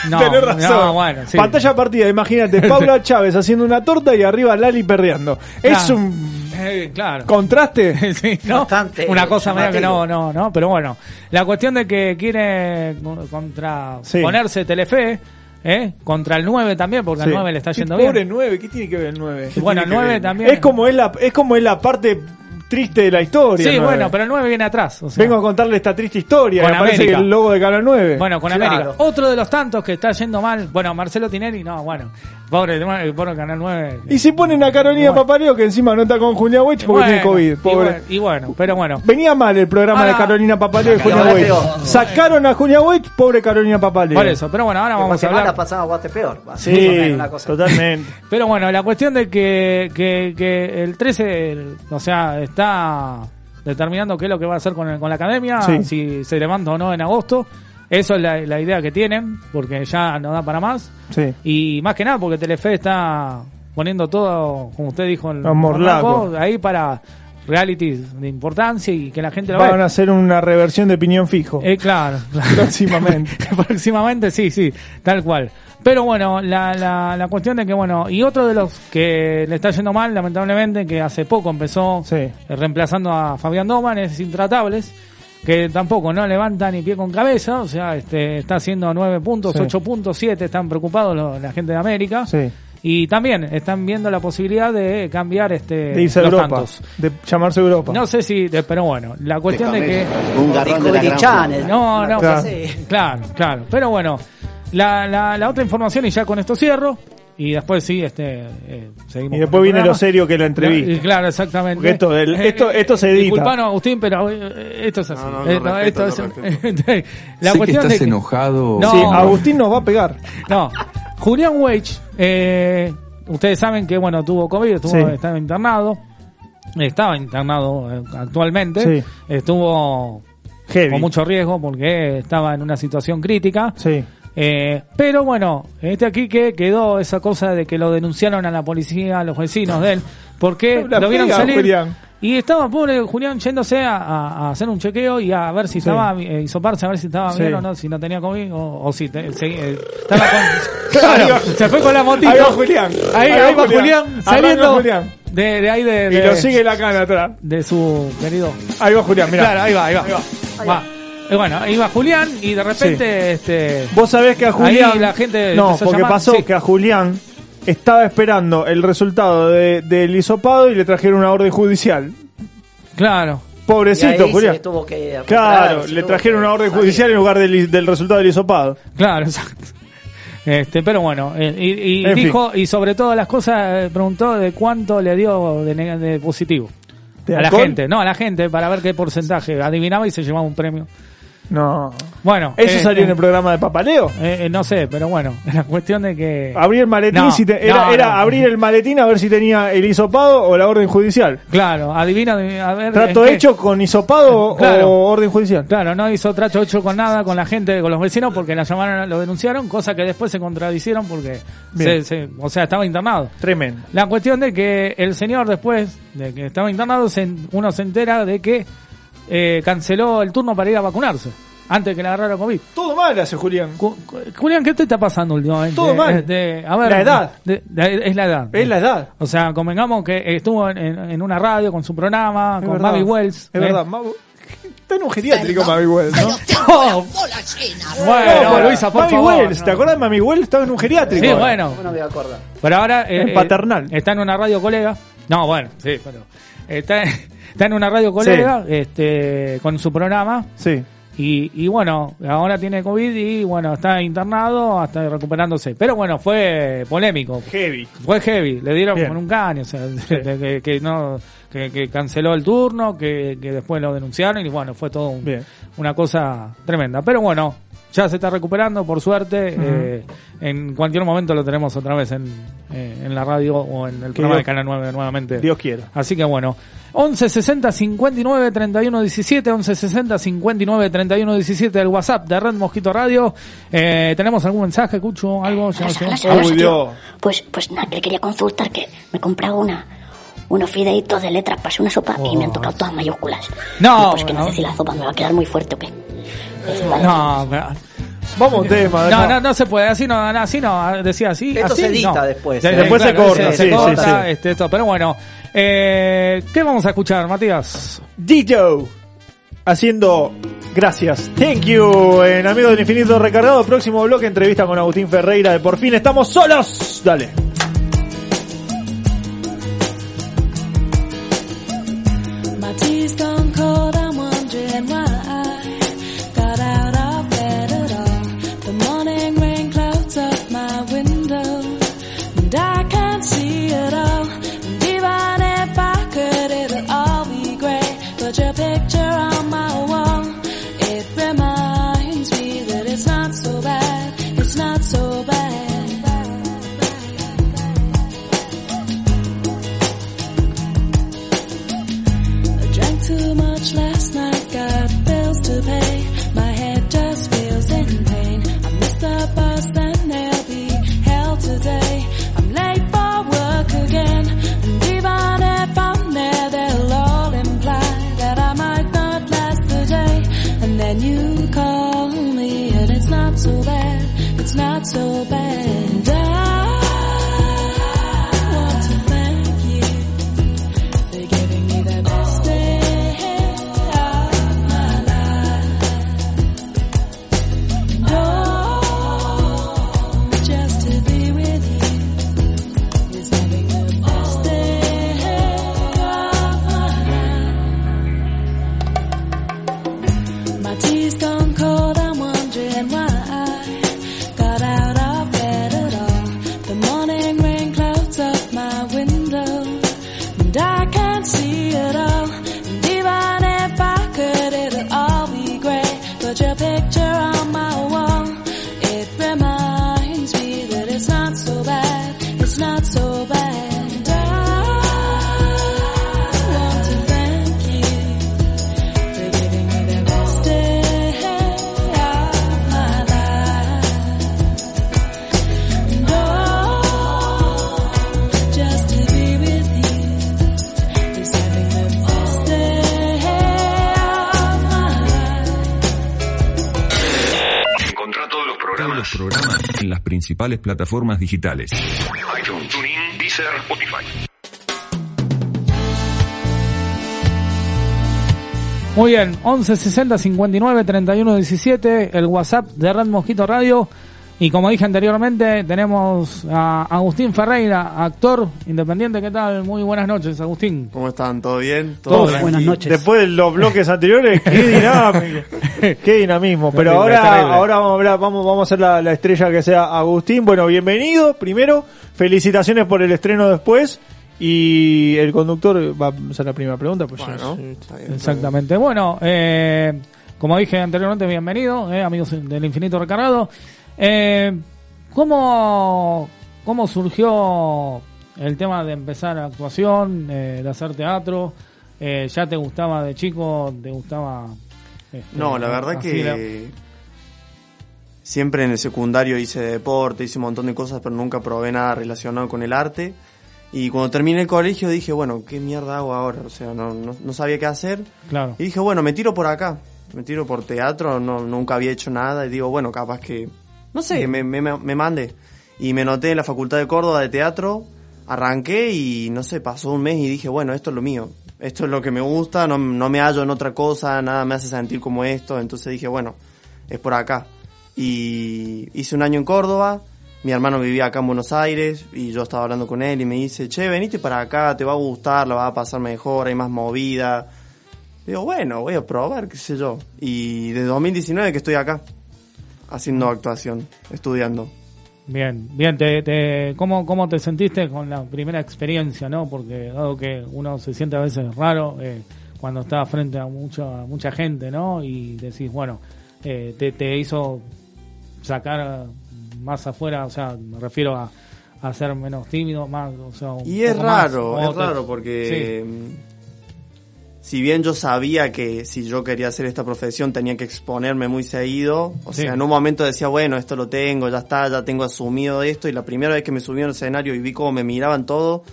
No,
Tenés razón.
no, bueno, sí.
Pantalla partida, imagínate, Paula Chávez haciendo una torta y arriba Lali perreando. Es
Claro.
un
Eh, claro.
contraste.
Sí, ¿no?
Bastante
Una cosa medio que
llamativo.
no, no, no, pero bueno. La cuestión de que quiere co- contra
Sí.
ponerse Telefe, ¿eh? contra el 9 también, porque al
Sí.
9 le está
Y
yendo
Pobre
bien.
9, ¿qué tiene que ver el 9?
Y bueno, el 9 también.
Es como es la, es como es la parte triste de la historia.
Sí,
el 9.
bueno, pero el 9 viene atrás. o sea.
Vengo a contarle esta triste historia.
Con
me parece
América.
que el logo de Canal 9.
Bueno, con
Claro.
América. Otro de los tantos que está yendo mal. Bueno, Marcelo Tinelli, no, bueno. Pobre, el nue- el pobre Canal 9.
Y si ponen a Carolina Papareo, que encima no está con Julián Weich porque tiene
Bueno,
COVID, pobre.
Y bueno, y bueno, pero bueno.
Venía mal el programa de
Ahora-
Carolina Papaleo y
Sacaron
Julián
a
Weich.
peor.
Sacaron a Julián Weich, pobre Carolina Papaleo.
Por eso, pero bueno, ahora vamos a
semana
hablar.
pasada Guate peor. va, más o menos,
Sí,
una cosa.
totalmente.
Pero bueno, la cuestión de que, que, que el 13, el- o sea, está determinando qué es lo que va a hacer con, el- con la academia,
Sí.
si se levanta o no en agosto. Eso es la, la idea que tienen, porque ya no da para más.
Sí.
Y más que nada, porque Telefe está poniendo todo, como usted dijo, en
Los morlacos.
morlacos, ahí para realities de importancia y que la gente lo
Van a
vea.
hacer una reversión de opinión fijo.
Eh, claro,
Próximamente.
Próximamente sí, sí, tal cual. Pero bueno, la, la, la cuestión de que, bueno, y otro de los que le está yendo mal, lamentablemente, que hace poco empezó
Sí.
reemplazando a Fabián Doman, es Intratables, que tampoco no levanta ni pie con cabeza, o sea, este está haciendo 9 puntos,
Sí.
8 puntos, 7, están preocupados lo- la gente de América.
Sí.
Y también están viendo la posibilidad de cambiar este
De irse a
los
Europa.
tantos.
De llamarse Europa.
No sé si, de- pero bueno, la cuestión de que...
Un garrón de la
Discovery
gran
Channel.
No, no,
Claro.
pues, claro, claro. Pero bueno, la, la, la otra información y ya con esto cierro. Y después sí, este, eh, seguimos.
Y
con
después
el
viene
programa.
lo serio que es la
La-
entrevista.
y Claro, exactamente.
Porque esto, el-
Eh,
esto, esto se edita.
Disculpanos, Agustín, pero eh, esto es así.
No, no,
Eh,
lo
no,
respeto,
esto
lo
es- la
sé que
cuestión
estás
de que-
enojado.
No.
Sí, Agustín nos va a pegar.
No, Julián Weich, eh, ustedes saben que bueno tuvo COVID, estuvo,
Sí.
estaba internado, estaba internado eh, actualmente,
Sí.
estuvo
Heavy.
con mucho riesgo porque estaba en una situación crítica.
Sí.
Eh, pero bueno, este aquí que quedó esa cosa de que lo denunciaron a la policía, a los vecinos de él, porque
La
lo vieron
pega,
salir.
Julián.
Y estaba pobre Julián yéndose a, a- a hacer un chequeo y a ver si estaba, eh, hisoparse, a ver si estaba
Sí.
bien o no, si no tenía COVID o, o si te- se- eh, estaba con. Claro, se fue con la motito.
Ahí va Julián.
Ahí, ahí va Julián, saliendo
Arranca Julián.
De, de ahí de,
Y
de-
lo sigue la cana atrás.
de su querido.
Ahí va Julián, mirá.
Claro, ahí va, ahí va. Va. Y bueno, ahí va Julián y de repente este
Vos sabés que a Julián.
Ahí la gente
no,
empezó a
porque
llamar,
pasó
sí.
que a Julián estaba esperando el resultado de- del hisopado y le trajeron una orden judicial.
Claro.
Y
Pobrecito,
ahí se
Julián.
le tuvo que-
Claro,
se
le
tuvo
trajeron
que-
una orden
Está
judicial en lugar del, del resultado del hisopado.
Claro, exacto. Este, pero bueno, eh, y, y
En fin.
dijo, y sobre todas las cosas, eh, preguntó de cuánto le dio de, neg- de positivo.
¿Te
A la
alcohol?
gente, no, a la gente, para ver qué porcentaje. Adivinaba y se llevaba un premio.
No.
Bueno.
¿Eso
eh,
salió en
eh,
el programa de Papaleo?
no sé, pero bueno, la cuestión de que...
Abrir el maletín,
No,
si te- era,
no,
era
no.
abrir el maletín a ver si tenía el hisopado o la orden judicial.
Claro, adivina, adivina, a ver...
¿Trato
¿en qué?
hecho con hisopado
Claro.
o orden judicial?
Claro, no hizo trato hecho con nada, con la gente, con los vecinos, porque la llamaron, lo denunciaron, cosa que después se contradicieron porque, se-
Bien.
se- o sea, estaba internado.
Tremendo.
La cuestión de que el señor después de que estaba internado, se en- uno se entera de que eh, canceló el turno para ir a vacunarse, antes que le agarrara COVID.
Todo mal hace Julián.
Julián, ¿qué te está pasando últimamente?
Todo mal.
De- a ver,
La edad.
de- de- es la edad.
Es la edad.
O sea, convengamos que estuvo en, en- en una radio con su programa,
Es
con
verdad.
Mavi Wells.
Es
¿eh?
verdad, Mavi. Está en un geriátrico Mavi Wells, ¿no?
Oh, Bueno,
pero
Luisa, por
Mami
favor,
Wells,
no.
¿te acordás de Mami Wells? Estaba en un geriátrico.
Sí, bueno.
Bueno, me acuerdo.
Pero ahora. eh,
En paternal.
Está en una radio colega. No, bueno, sí, pero. Está, está en una radio colega este, con su programa.
Sí.
Y, y bueno, ahora tiene COVID y bueno, está internado, está recuperándose. Pero bueno, fue polémico.
Heavy.
Fue heavy, le dieron
Bien.
con un caño, o sea, de que, que no, que, que canceló el turno, que, que después lo denunciaron y bueno, fue todo un-
Bien.
una cosa tremenda. Pero bueno, ya se está recuperando, por suerte,
Ujú.
eh, en cualquier momento lo tenemos otra vez en, eh, en la radio o en el programa
Dios-
de Canal 9 nuevamente.
Dios quiera.
Así que bueno, 11 60 59 31 17, 11 60 59 31 17, el WhatsApp de Red Mosquito Radio. Eh, ¿Tenemos algún mensaje, Cucho? ¿Algo? Ya no sé.
Hola, hola, tío. Pues, pues nada, que le quería consultar que me compraba una, unos fideitos de letras para hacer una sopa y me han tocado todas mayúsculas.
No,
Y pues que no,
no.
sé si la sopa me va a quedar muy fuerte o qué.
No, pero-
Vamos, tema.
No, no, no se puede, así no, así no, decía así.
Esto
así
se edita
no.
después,
De-
¿eh?
Después se
claro,
corta,
se
sí, sí,
corta,
sí.
este, esto, pero bueno, eh, ¿qué vamos a escuchar, Matías?
Dito haciendo gracias. Thank you en Amigos del Infinito Recargado. Próximo bloque, entrevista con Agustín Ferreira de Por fin estamos solos. Dale.
My tea's gone cold, I'm wondering why I got out of bed at all. The morning rain clouds up my window, and I can't see it all. And even if I could, it'll all be grey. But your picture on my wall, it reminds me that it's not so bad, it's not so bad. I drank too much last night, got bills to pay. My head just feels in pain. I missed the bus and there'll be hell today. I'm late for work again. And even if I'm there, they'll all imply that I might not last the day. And then you call me and it's not so bad. It's not so bad. And I want to thank you. They're giving me the best day of my life. No, just to be with you is having the best day of my life. My tea's gone cold, I'm wondering why I got out of bed at all. The morning rain clouds up my window. And I can't see it all. And even if I could, it'll all be grey. But your picture on my wall, it reminds me that it's not so bad. It's not so bad. And I want to thank you for giving me the best day of my life. And oh, just to be with you. Is having the best day of my life.
Encontrá todos los programas.
Programas en las principales plataformas digitales.
iTunes, TuneIn, Deezer, Spotify.
Muy bien, 11 60 59 31 17, el WhatsApp de Red Mosquito Radio. Y como dije anteriormente, tenemos a Agustín Ferreira, actor independiente. ¿Qué tal? Muy buenas noches, Agustín.
¿Cómo están? ¿Todo bien?
Todo
tranqui?
tranqui. Después de los bloques anteriores, qué dinámico. qué dinamismo. Pero
Terrible,
ahora,
terrible.
ahora vamos, a hablar- vamos, vamos a hacer la, la estrella que sea Agustín. Bueno, bienvenido. Primero, felicitaciones por el estreno después. Y el conductor va a hacer la primera pregunta, pues ya es-
Exactamente. Bueno, eh, como dije anteriormente, bienvenido, eh, amigos del Infinito Recargado. Eh, ¿cómo, ¿Cómo surgió el tema de empezar actuación, eh, de hacer teatro? Eh, ¿Ya te gustaba de chico? ¿Te gustaba...? este,
No, la verdad
así la-
que siempre en el secundario hice deporte, hice un montón de cosas, pero nunca probé nada relacionado con el arte. Y cuando terminé el colegio dije, bueno, ¿qué mierda hago ahora? O sea, no, no- no sabía qué hacer.
Claro.
Y dije, bueno, me tiro por acá, me tiro por teatro, no, nunca había hecho nada. Y digo, bueno, capaz que, no sé, me, me, me mande. Y me noté en la Facultad de Córdoba de Teatro, arranqué y, no sé, pasó un mes y dije, bueno, esto es lo mío. Esto es lo que me gusta, no, no me hallo en otra cosa, nada me hace sentir como esto. Entonces dije, bueno, es por acá. Y hice un año en Córdoba, mi hermano vivía acá en Buenos Aires y yo estaba hablando con él y me dice, che, venite para acá, te va a gustar, la vas a pasar mejor, hay más movida. Digo, bueno, voy a probar, qué sé yo. Y desde 2019 que estoy acá, haciendo actuación, estudiando.
Bien, bien, te, te- ¿cómo, ¿cómo te sentiste con la primera experiencia, no? Porque dado que uno se siente a veces raro eh, cuando está frente a mucha, mucha gente, ¿no? Y decís, bueno, eh, te, te hizo sacar más afuera, o sea, me refiero a, a ser menos tímido, más, o sea, un
Y es
poco más,
raro,
o
es
te-
raro porque
Sí,
mm, si bien yo sabía que si yo quería hacer esta profesión tenía que exponerme muy seguido, o
Sí.
sea, en un momento decía, bueno, esto lo tengo, ya está, ya tengo asumido esto, y la primera vez que me subí al escenario y vi cómo me miraban todo,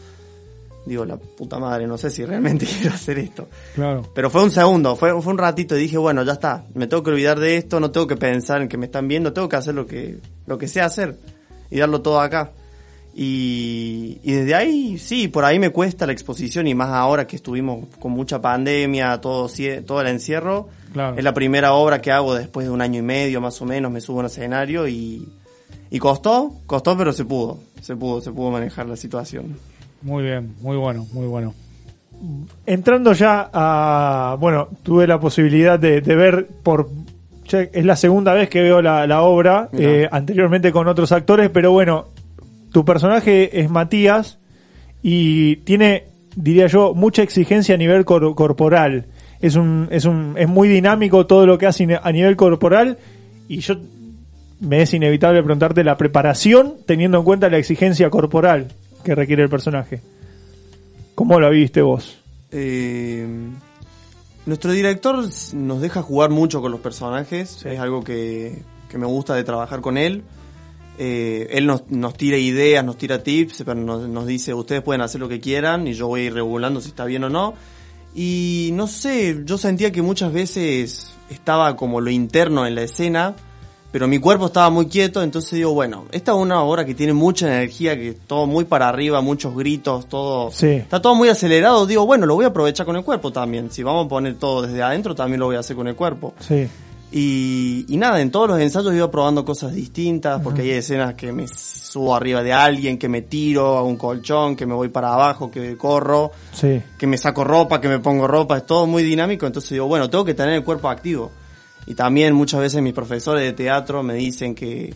digo, la puta madre, no sé si realmente quiero hacer esto.
claro.
Pero fue un segundo, fue, fue un ratito y dije, bueno, ya está, me tengo que olvidar de esto, no tengo que pensar en que me están viendo, tengo que hacer lo que, lo que sé hacer y darlo todo acá. Y, y desde ahí, sí, por ahí me cuesta la exposición y más ahora que estuvimos con mucha pandemia, todo, cie- todo el encierro.
Claro.
Es la primera obra que hago después de un año y medio más o menos, me subo a un escenario y, y costó, costó pero se pudo, se pudo, se pudo manejar la situación.
Muy bien, muy bueno, muy bueno.
entrando ya a. Bueno, tuve la posibilidad de, de ver por. ya es la segunda vez que veo la, la obra, eh, anteriormente con otros actores, pero bueno, tu personaje es Matías y tiene, diría yo, mucha exigencia a nivel cor- corporal. Es, un, es, un, es muy dinámico todo lo que hace a nivel corporal y yo me es inevitable preguntarte la preparación teniendo en cuenta la exigencia corporal que requiere el personaje. ¿Cómo lo viste vos?
Eh, nuestro director s- nos deja jugar mucho con los personajes. Es algo que, que me gusta de trabajar con él. Eh, él nos, nos tira ideas, nos tira tips, pero nos, nos dice, ustedes pueden hacer lo que quieran y yo voy a ir regulando si está bien o no. Y no sé, yo sentía que muchas veces estaba como lo interno en la escena, pero mi cuerpo estaba muy quieto, entonces digo, bueno, esta es una obra que tiene mucha energía, que todo muy para arriba, muchos gritos, todo...
Sí.
Está todo muy acelerado, digo, bueno, lo voy a aprovechar con el cuerpo también. Si vamos a poner todo desde adentro, también lo voy a hacer con el cuerpo.
Sí.
Y, y nada, en todos los ensayos iba probando cosas distintas, porque hay escenas que me subo arriba de alguien, que me tiro a un colchón, que me voy para abajo, que corro,
Sí.
que me saco ropa, que me pongo ropa, es todo muy dinámico, entonces digo, bueno, tengo que tener el cuerpo activo. Y también muchas veces mis profesores de teatro me dicen que,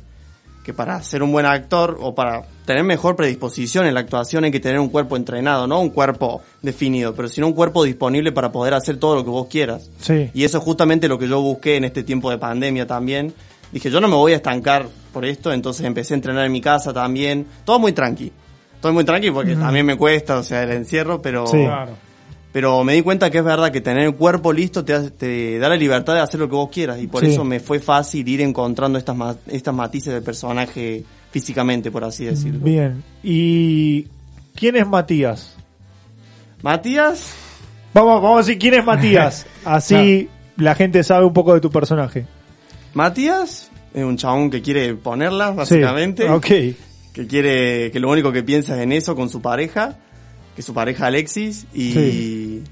que para ser un buen actor o para tener mejor predisposición en la actuación hay que tener un cuerpo entrenado, no un cuerpo definido, pero sino un cuerpo disponible para poder hacer todo lo que vos quieras.
Sí.
Y eso es justamente lo que yo busqué en este tiempo de pandemia también. Dije, yo no me voy a estancar por esto, entonces empecé a entrenar en mi casa también. Todo muy tranqui. Todo muy tranqui porque
Ujú.
también me cuesta, o sea, el encierro, pero...
Sí. Claro.
Pero me di cuenta que es verdad que tener el cuerpo listo te, hace- te da la libertad de hacer lo que vos quieras y por
Sí.
eso me fue fácil ir encontrando estas, ma- estas matices del personaje físicamente, por así decirlo.
Mm, Bien. ¿Y quién es Matías?
Matías.
Vamos, vamos a decir quién es Matías. Así la gente sabe un poco de tu personaje.
Matías es un chabón que quiere ponerlas, básicamente.
ok.
Que quiere, que lo único que piensa es en eso con su pareja, que es su pareja Alexis, y,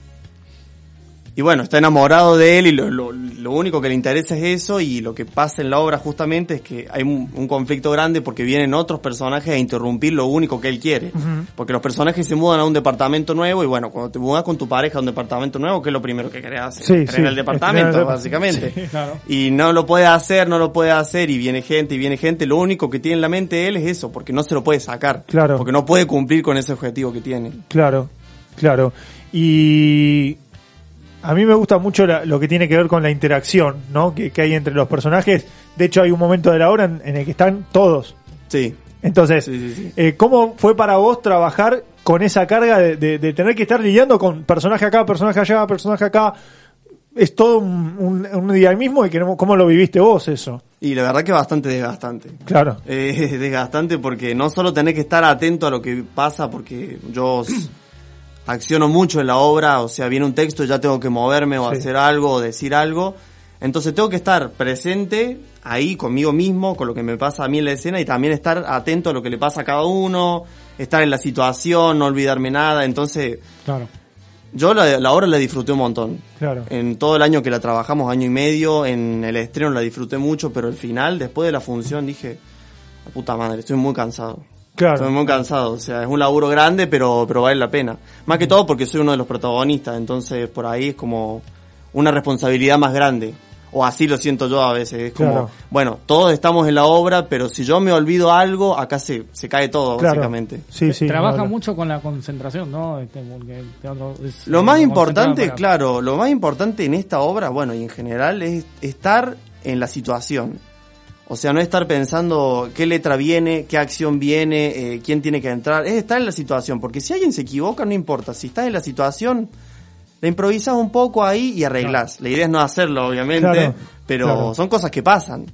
Y bueno, está enamorado de él y lo, lo- lo único que le interesa es eso y lo que pasa en la obra justamente es que hay un, un conflicto grande porque vienen otros personajes a interrumpir lo único que él quiere. Porque los personajes se mudan a un departamento nuevo y bueno, cuando te mudas con tu pareja a un departamento nuevo, ¿qué es lo primero que querés hacer?
Sí,
Querés
sí,
el departamento,
es crear el dep-
básicamente.
Sí, claro.
Y no lo puede hacer, no lo puede hacer y viene gente y viene gente. Lo único que tiene en la mente él es eso, porque no se lo puede sacar.
Claro.
Porque no puede cumplir con ese objetivo que tiene.
Claro, claro. Y a mí me gusta mucho la- lo que tiene que ver con la interacción ¿no? que, que hay entre los personajes. De hecho, hay un momento de la obra en, en el que están todos.
Sí.
Entonces, eh, ¿cómo fue para vos trabajar con esa carga de, de- de tener que estar lidiando con personaje acá, personaje allá, personaje acá? Es todo un, un, un dinamismo y queremos- cómo lo viviste vos eso.
Y la verdad que bastante desgastante.
Claro.
Eh, es desgastante porque no solo tenés que estar atento a lo que pasa, porque yo s- acciono mucho en la obra, o sea, viene un texto y ya tengo que moverme o
Sí.
hacer algo o decir algo. Entonces tengo que estar presente ahí conmigo mismo, con lo que me pasa a mí en la escena y también estar atento a lo que le pasa a cada uno, estar en la situación, no olvidarme nada. Entonces
Claro,
yo la, la obra la disfruté un montón.
claro.
En todo el año que la trabajamos, año y medio, en el estreno la disfruté mucho, pero al final, después de la función, dije, la puta madre, estoy muy cansado.
Claro.
Estoy muy cansado, o sea, es un laburo grande, pero, pero vale la pena. Más que todo porque soy uno de los protagonistas, entonces por ahí es como una responsabilidad más grande. O así lo siento yo a veces, es como,
Claro.
bueno, todos estamos en la obra, pero si yo me olvido algo, acá se, se cae todo,
Claro.
básicamente.
Sí, sí.
Trabaja
no, no.
mucho con la concentración, ¿no? Este, porque el teatro es-
Lo más
es
importante,
concentrado para-
claro, lo más importante en esta obra, bueno, y en general, es estar en la situación. O sea, no estar pensando qué letra viene, qué acción viene, eh, quién tiene que entrar. Es estar en la situación, porque si alguien se equivoca, no importa. Si estás en la situación, la improvisas un poco ahí y arreglás. La idea es no hacerlo, obviamente,
Claro,
pero
claro.
son cosas que pasan.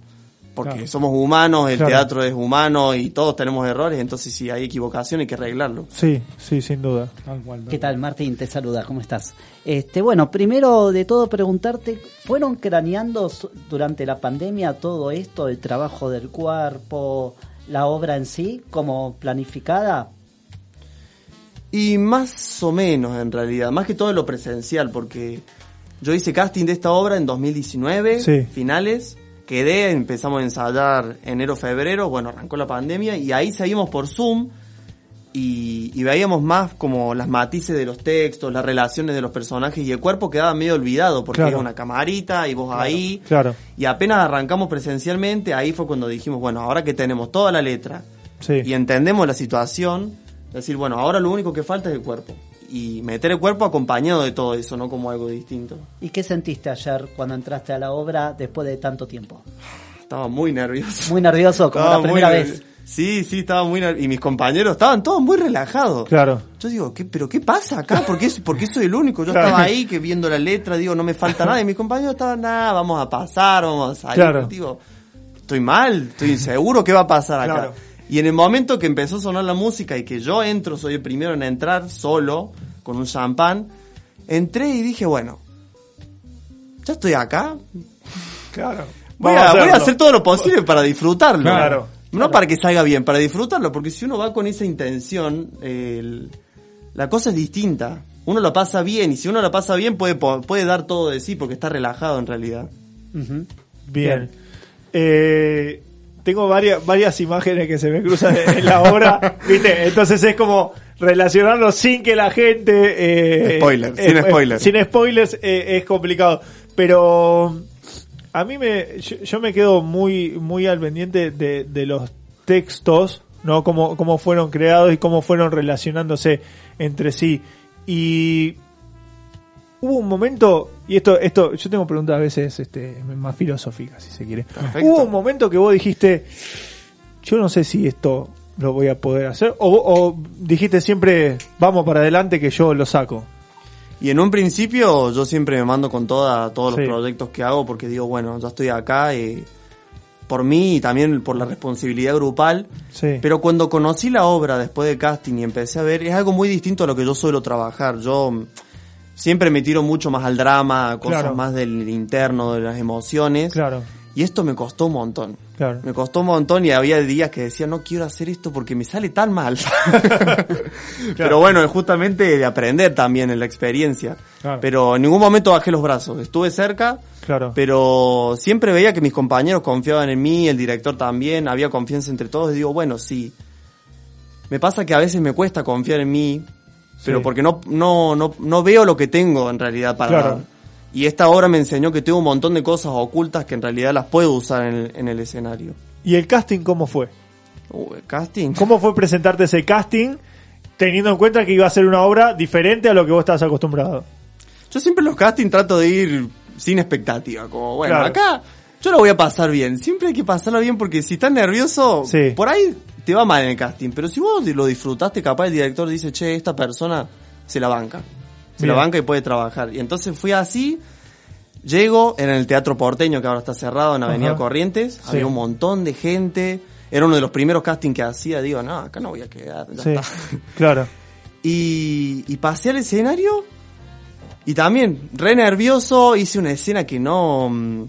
Porque somos humanos, el
Claro.
teatro es humano y todos tenemos errores, entonces si hay equivocación hay que arreglarlo.
Sí, sí, sin duda.
¿Qué tal, Martín? Te saluda, ¿cómo estás? Este, bueno, primero de todo preguntarte, ¿fueron craneando s- durante la pandemia todo esto, el trabajo del cuerpo, la obra en sí, como planificada?
Y más o menos en realidad, más que todo en lo presencial, porque yo hice casting de esta obra en 2019,
Sí.
finales, quedé, empezamos a ensayar enero, febrero, bueno, arrancó la pandemia y ahí seguimos por Zoom y, y veíamos más como las matices de los textos, las relaciones de los personajes y el cuerpo quedaba medio olvidado porque
Claro.
era una camarita y vos ahí
Claro,
y apenas arrancamos presencialmente, ahí fue cuando dijimos, bueno, ahora que tenemos toda la letra,
sí.
y entendemos la situación, decir, bueno, ahora lo único que falta es el cuerpo. Y meter el cuerpo acompañado de todo eso, no como algo distinto.
¿Y qué sentiste ayer cuando entraste a la obra después de tanto tiempo?
Estaba muy nervioso.
Muy nervioso, como la
Ah, muy
primera
nervi-
vez.
Sí, sí, estaba muy nervioso. Y mis compañeros estaban todos muy relajados.
Claro.
Yo digo, ¿qué, ¿pero qué pasa acá? ¿Por qué, por qué soy el único? Yo
Claro.
estaba ahí que viendo la letra, digo, no me falta nada. Y mis compañeros estaban, nada, vamos a pasar, vamos a salir.
Claro.
Digo, estoy mal, estoy inseguro, ¿qué va a pasar acá?
Claro.
Y en el momento que empezó a sonar la música y que yo entro, soy el primero en entrar solo, con un champán, entré y dije, bueno, ya estoy acá,
Claro.
voy
Vamos
a, voy a
hacerlo.
hacer todo lo posible para disfrutarlo.
Claro.
No para que salga bien, para disfrutarlo, porque si uno va con esa intención, el- la cosa es distinta. Uno la pasa bien y si uno la pasa bien puede, po- puede dar todo de sí porque está relajado en realidad.
Bien. Eh, tengo varias, varias imágenes que se me cruzan en la obra, ¿viste? Entonces es como relacionarlo sin que la gente... eh,
Spoiler,
eh,
sin
eh,
spoiler.
sin spoilers eh, es complicado. Pero a mí me... Yo, yo me quedo muy, muy al pendiente de, de los textos, ¿no? Cómo, cómo fueron creados y cómo fueron relacionándose entre sí. Y hubo un momento, y esto, esto, yo tengo preguntas a veces este, más filosóficas, si se quiere. Hubo un momento que vos dijiste, yo no sé si esto lo voy a poder hacer, o, o dijiste siempre, vamos para adelante que yo lo saco.
Y en un principio yo siempre me mando con toda, todos
Sí.
los proyectos que hago porque digo, bueno, ya estoy acá eh, por mí y también por la responsabilidad grupal.
Sí.
Pero cuando conocí la obra después de casting y empecé a ver, es algo muy distinto a lo que yo suelo trabajar. Yo mm, siempre me tiro mucho más al drama, a cosas
Claro.
más del interno, de las emociones.
Claro.
Y esto me costó un montón.
Claro.
Me costó un montón y había días que decía, no quiero hacer esto porque me sale tan mal. Pero bueno, es justamente de aprender también en la experiencia.
Claro.
Pero en ningún momento bajé los brazos. Estuve cerca,
Claro.
pero siempre veía que mis compañeros confiaban en mí, el director también, había confianza entre todos. Y digo, bueno, sí. Me pasa que a veces me cuesta confiar en mí, pero
Sí.
porque no, no, no, no veo lo que tengo en realidad para
Claro.
dar. Y esta obra me enseñó que tengo un montón de cosas ocultas que en realidad las puedo usar en el, en el escenario.
¿Y el casting cómo fue?
Uh, el casting.
¿Cómo fue presentarte ese casting teniendo en cuenta que iba a ser una obra diferente a lo que vos estabas acostumbrado?
Yo siempre en los castings trato de ir sin expectativa, como bueno,
Claro.
acá yo lo voy a pasar bien. Siempre hay que pasarlo bien porque si estás nervioso,
Sí.
por ahí te va mal en el casting. Pero si vos lo disfrutaste, capaz el director dice, che, esta persona se la banca. Se la
Bien.
banca y puede trabajar. Y entonces fui así, llego en el Teatro Porteño, que ahora está cerrado en Avenida
Ajá.
Corrientes,
Sí.
había un montón de gente. Era uno de los primeros castings que hacía, digo, no, acá no voy a quedar. ya
Sí,
está.
claro.
Y, y pasé al escenario y también re nervioso, hice una escena que no mm,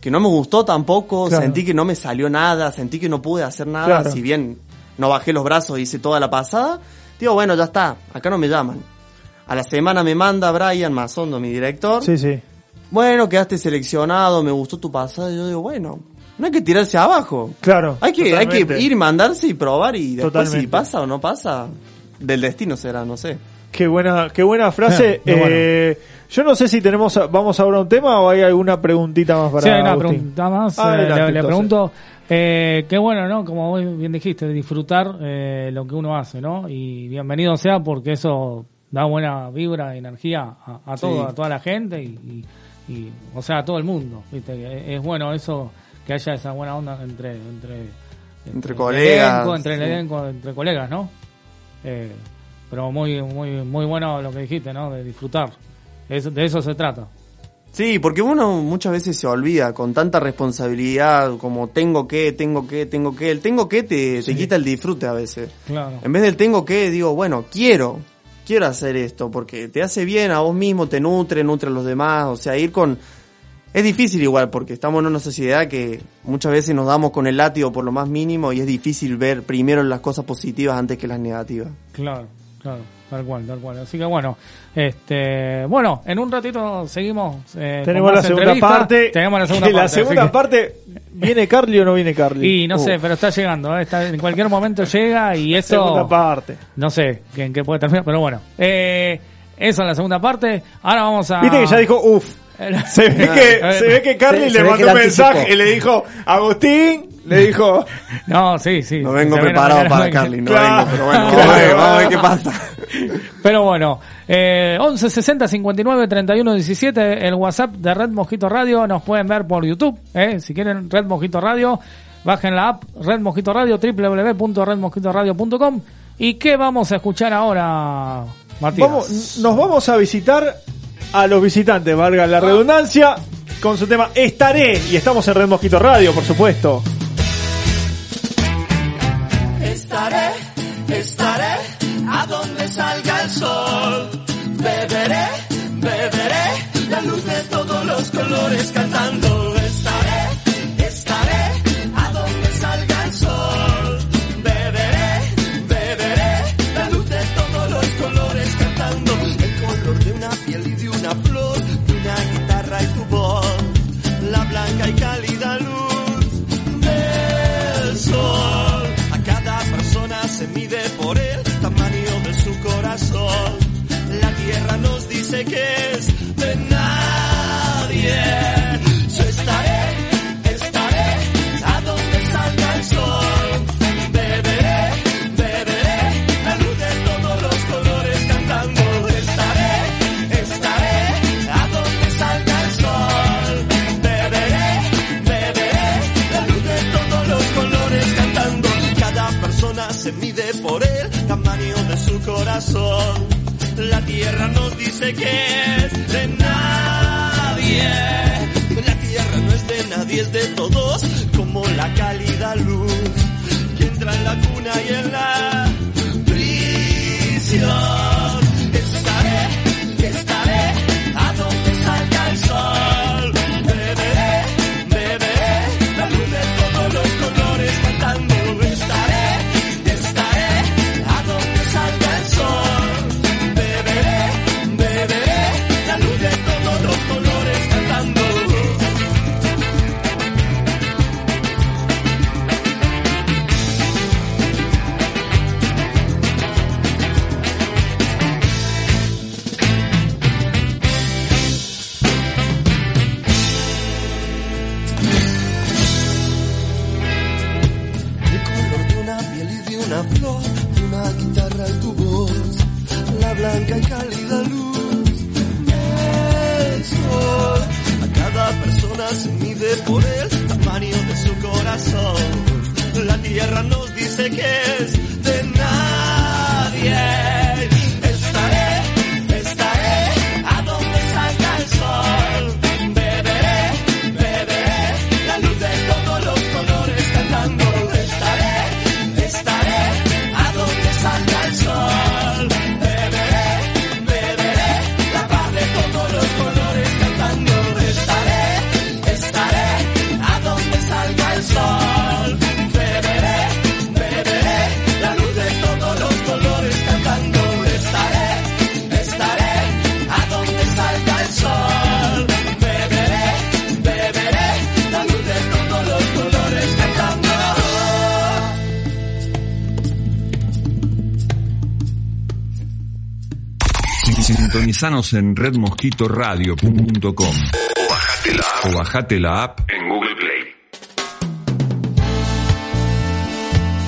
que no me gustó tampoco,
Claro.
sentí que no me salió nada, sentí que no pude hacer nada,
Claro.
si bien no bajé los brazos, hice toda la pasada, digo, bueno, ya está, acá no me llaman. A la semana me manda Brian Mazondo, mi director,
Sí, sí.
bueno, quedaste seleccionado, me gustó tu pasada, y yo digo, bueno, no hay que tirarse abajo.
Claro.
Hay que, hay que
totalmente.
ir, mandarse y probar y después si
Totalmente.
pasa o no pasa, del destino será, no sé.
Qué buena, qué buena frase.
Ah, no, bueno.
Eh, Yo no sé si tenemos, a- vamos ahora a un tema o hay alguna preguntita más para
Sí, hay una
Agustín. Ah,
pregunta más. eh,
Adelante,
le, le
entonces.
pregunto, eh, qué bueno, ¿no? Como vos bien dijiste, disfrutar eh, lo que uno hace, ¿no? Y bienvenido sea porque eso da buena vibra, energía a, a todo,
Sí.
a toda la gente y, y- y, o sea, a todo el mundo, ¿viste? Que Es, es bueno eso, que haya esa buena onda entre... Entre, el
colegas,
elenco, entre el
sí.
elenco, entre colegas, ¿no? Eh, pero muy, muy, muy bueno lo que dijiste, ¿no? De disfrutar. Eso- de eso se trata.
Sí, porque uno muchas veces se olvida con tanta responsabilidad como tengo que, tengo que, tengo que. El tengo que te, te quita el disfrute a veces.
Claro.
En vez del tengo que, digo, bueno, quiero, quiero hacer esto porque te hace bien a vos mismo, te nutre, nutre a los demás. O sea, ir con... Es difícil igual porque estamos en una sociedad que muchas veces nos damos con el látigo por lo más mínimo y es difícil ver primero las cosas positivas antes que las negativas.
Claro, claro, tal cual, tal cual. Así que bueno, este, bueno, en un ratito seguimos. eh, con
Tenemos
más
la segunda
entrevistas.
parte.
Tenemos la segunda
Que
parte.
La
así
segunda
que-
parte, ¿viene Carly o no viene Carly?
Y no
Uh,
sé, pero está llegando. eh, está- en cualquier momento llega y
Segunda
eso.
parte.
No sé que- en qué puede terminar, pero bueno. Eh, eso en la segunda parte. Ahora vamos a.
Viste que ya dijo, uff. Se ve que, se ve que Carly le mandó un mensaje y le dijo, Agustín, le dijo,
No, sí, sí.
No vengo
Se ve
preparado
la-
para Carly, no
Claro.
vengo, pero bueno, vamos a ver, vamos a ver qué pasa.
Pero bueno, eh, 11 60 59 31 17, el WhatsApp de Red Mosquito Radio. Nos pueden ver por YouTube, eh, si quieren Red Mosquito Radio. Bajen la app Red Mosquito Radio, www.redmosquitoradio.com. ¿Y qué vamos a escuchar ahora, Matías?
Vamos- nos vamos a visitar a los visitantes, valga
Ah.
la redundancia, con su tema Estaré. Y estamos en Red Mosquito Radio, por supuesto.
Estaré, estaré a donde salga el sol. Beberé, beberé la luz de todos los colores cantando. Estaré, estaré a donde salga el sol. Beberé, beberé la luz de todos los colores cantando. El color de una piel y de una flor, de una guitarra y tu voz. La blanca y cálida luz del sol. A cada persona se mide por el tamaño de su corazón. La tierra nos dice que es de nadie. Yo estaré, estaré a donde salga el sol. Beberé, beberé la luz de todos los colores cantando. Estaré, estaré a donde salga el sol. Beberé, beberé la luz de todos los colores cantando. Cada persona se mide por el tamaño de su corazón. La tierra nos dice que es de nadie. La tierra no es de nadie, es de todos, como la cálida luz que entra en la cuna y en la prisión. Estaré, estaré a donde salga el sol. Beberé, beberé
una flor, una guitarra y tu voz, la blanca y cálida luz del sol. A cada persona se mide por el tamaño de su corazón. La tierra nos dice que es de nadie. Estaré, estaré a donde salga el sol. Beberé, beberé la luz de todos los colores cantando. Estaré, estaré a donde salga el sol. Beberé, beberé la paz de todos los colores cantando. Estaré, estaré a donde salga el sol. Beberé, beberé la luz de todos los colores cantando. Estaré, estaré a donde salga el sol. Beberé, beberé la luz de todos los colores cantando.
Sintonizanos en redmosquitoradio.com.
Bájate la app
O bajate la app
en Google Play.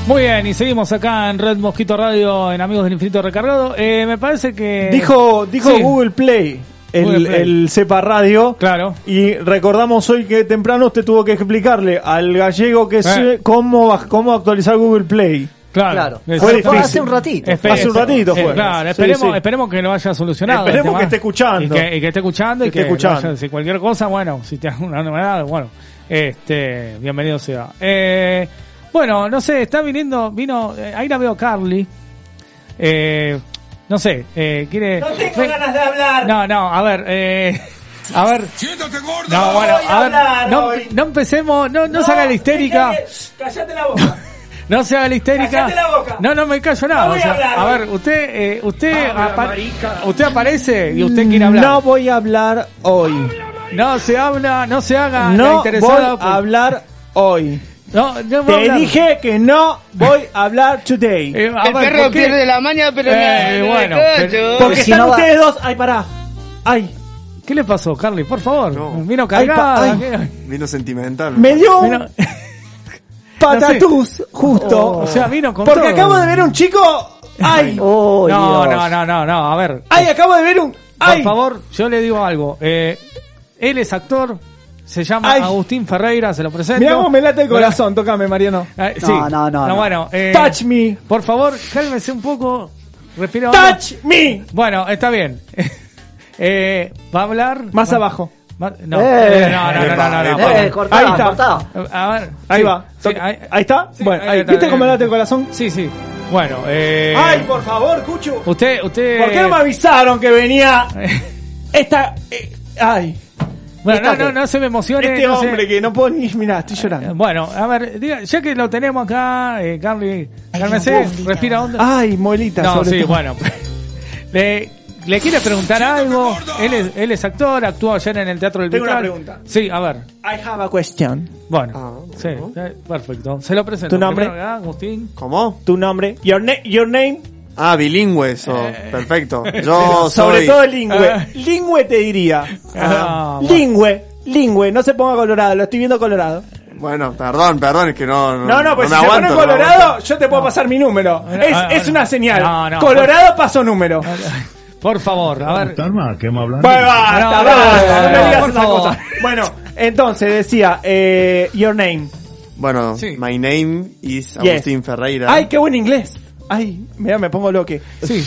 Muy bien, y seguimos acá en Red Mosquito Radio, en Amigos del Infinito Recargado. Eh, me parece que...
Dijo, dijo
Sí.
Google Play. El,
Google Play.
el Cepa Radio. Claro. Y recordamos hoy que temprano usted tuvo que explicarle al gallego
Eh.
que se- cómo, baj- cómo actualizar Google Play.
Claro,
Fue
Exacto.
difícil.
Espe-
hace un ratito
eh,
fue.
claro,
Sí,
esperemos,
sí.
esperemos que lo haya solucionado. el
Esperemos
tema.
que esté escuchando.
Y que, y que esté escuchando. y
Que esté
que
escuchando.
vaya- si cualquier cosa, bueno, si te hago una novedad, bueno, este, bienvenido sea. Eh, bueno, no sé, está viniendo, vino, eh, ahí la veo Carly. Eh, no sé, eh, quiere...
No tengo
ven-
ganas de hablar.
No, no, a ver, eh, a ver... No, bueno,
Voy a
a ver,
hablar
no,
hoy.
no empecemos, no, no, se haga la histérica.
Cállate la boca.
No se haga la histérica.
Cállate la boca.
No, no me callo nada.
No voy
o sea,
a hablar
a
hoy.
ver, usted, eh, usted,
Habla,
apa-
marica. Mm,
usted aparece y usted quiere hablar.
No voy a hablar hoy.
No se habla, no se haga la
No voy
interesada. por-
a hablar hoy.
No, no voy a
Te
hablar.
dije que no voy a hablar today.
Eh, a ver, ¿por qué? Eh, bueno, pero-
porque
si
están
no va-
ustedes dos. Ay, pará. Ay.
¿Qué le pasó, Carly? Por favor. Vino
Ay, pa-
cargada.
ay.
¿qué?
Vino sentimental.
Me dio un
Vino- Oh.
patatús, justo.
O sea, vino con
Porque
todo.
acabo de ver un chico. Ay.
no, no, no, no, no, a ver.
Ay, acabo de ver un. Ay.
Por favor, yo le digo algo. Eh, él es actor, se llama
Ay.
Agustín Ferreira, se lo presento.
Mirá cómo me late el corazón. Tócame, Mariano.
Eh, sí. bueno, eh,
Touch me.
Por favor, cálmese un poco. Respira.
Touch me.
Bueno, está bien. Eh, ¿Va a hablar?
Más
Va-
abajo.
va- No.
Eh.
Eh, no, no, no, no, no, no,
Epa,
para.
epa. Eh, cortado, Ahí está. cortado.
A ver,
Ahí
sí,
va.
sí, ahí,
Ahí está.
sí,
bueno,
ahí
ahí.
está,
¿Viste
ahí
cómo me
está.
late el corazón?
Sí, sí. Bueno, eh,
Ay, por favor, Cucho.
usted, usted.
¿Por qué no me avisaron que venía
Eh,
esta. eh, ay.
Bueno, no,
Esta-
no, no se me emocione.
Este
no se-
hombre que no puedo ni. Mirá, estoy llorando.
Bueno, a ver, diga, ya que lo tenemos acá, eh, Carly, cálmese, respira hondo.
Ay, molita.
No,
sobre
sí,
todo.
bueno. Le, le quiere preguntar algo. Él es, él es actor, actuó ayer en el Teatro del
Tengo una
Vitral.
pregunta.
Sí, a ver.
I have a question.
Bueno,
Ah,
sí, eh, perfecto. Se lo presento.
¿Tu nombre?
Primero acá, Agustín.
¿Cómo?
Tu nombre. Your, na- your name.
Ah, bilingüe eso.
Eh,
Perfecto.
Pero
Yo
sobre
soy-
todo lingüe.
Ah.
Lingüe te diría.
Ah, bueno.
lingüe. Lingüe. No se ponga colorado. Lo estoy viendo colorado.
Bueno, perdón, perdón, es que no.
No, no, pues
me
si se pone
aguanto, no me
colorado, yo te puedo pasar mi número.
No,
Es,
no,
es
no.
una señal.
No, no,
colorado paso número.
Por favor, a ver.
Tarma, ¿qué me hablan?
Bueno, basta,
No, no,
basta,
no,
no me
no,
digas
por
esa
favor.
cosa. Bueno, entonces decía, eh, your name.
Bueno, my name is
Yes.
Agustín Ferreira.
Ay, qué buen inglés. Ay, mira, me pongo loque.
Sí.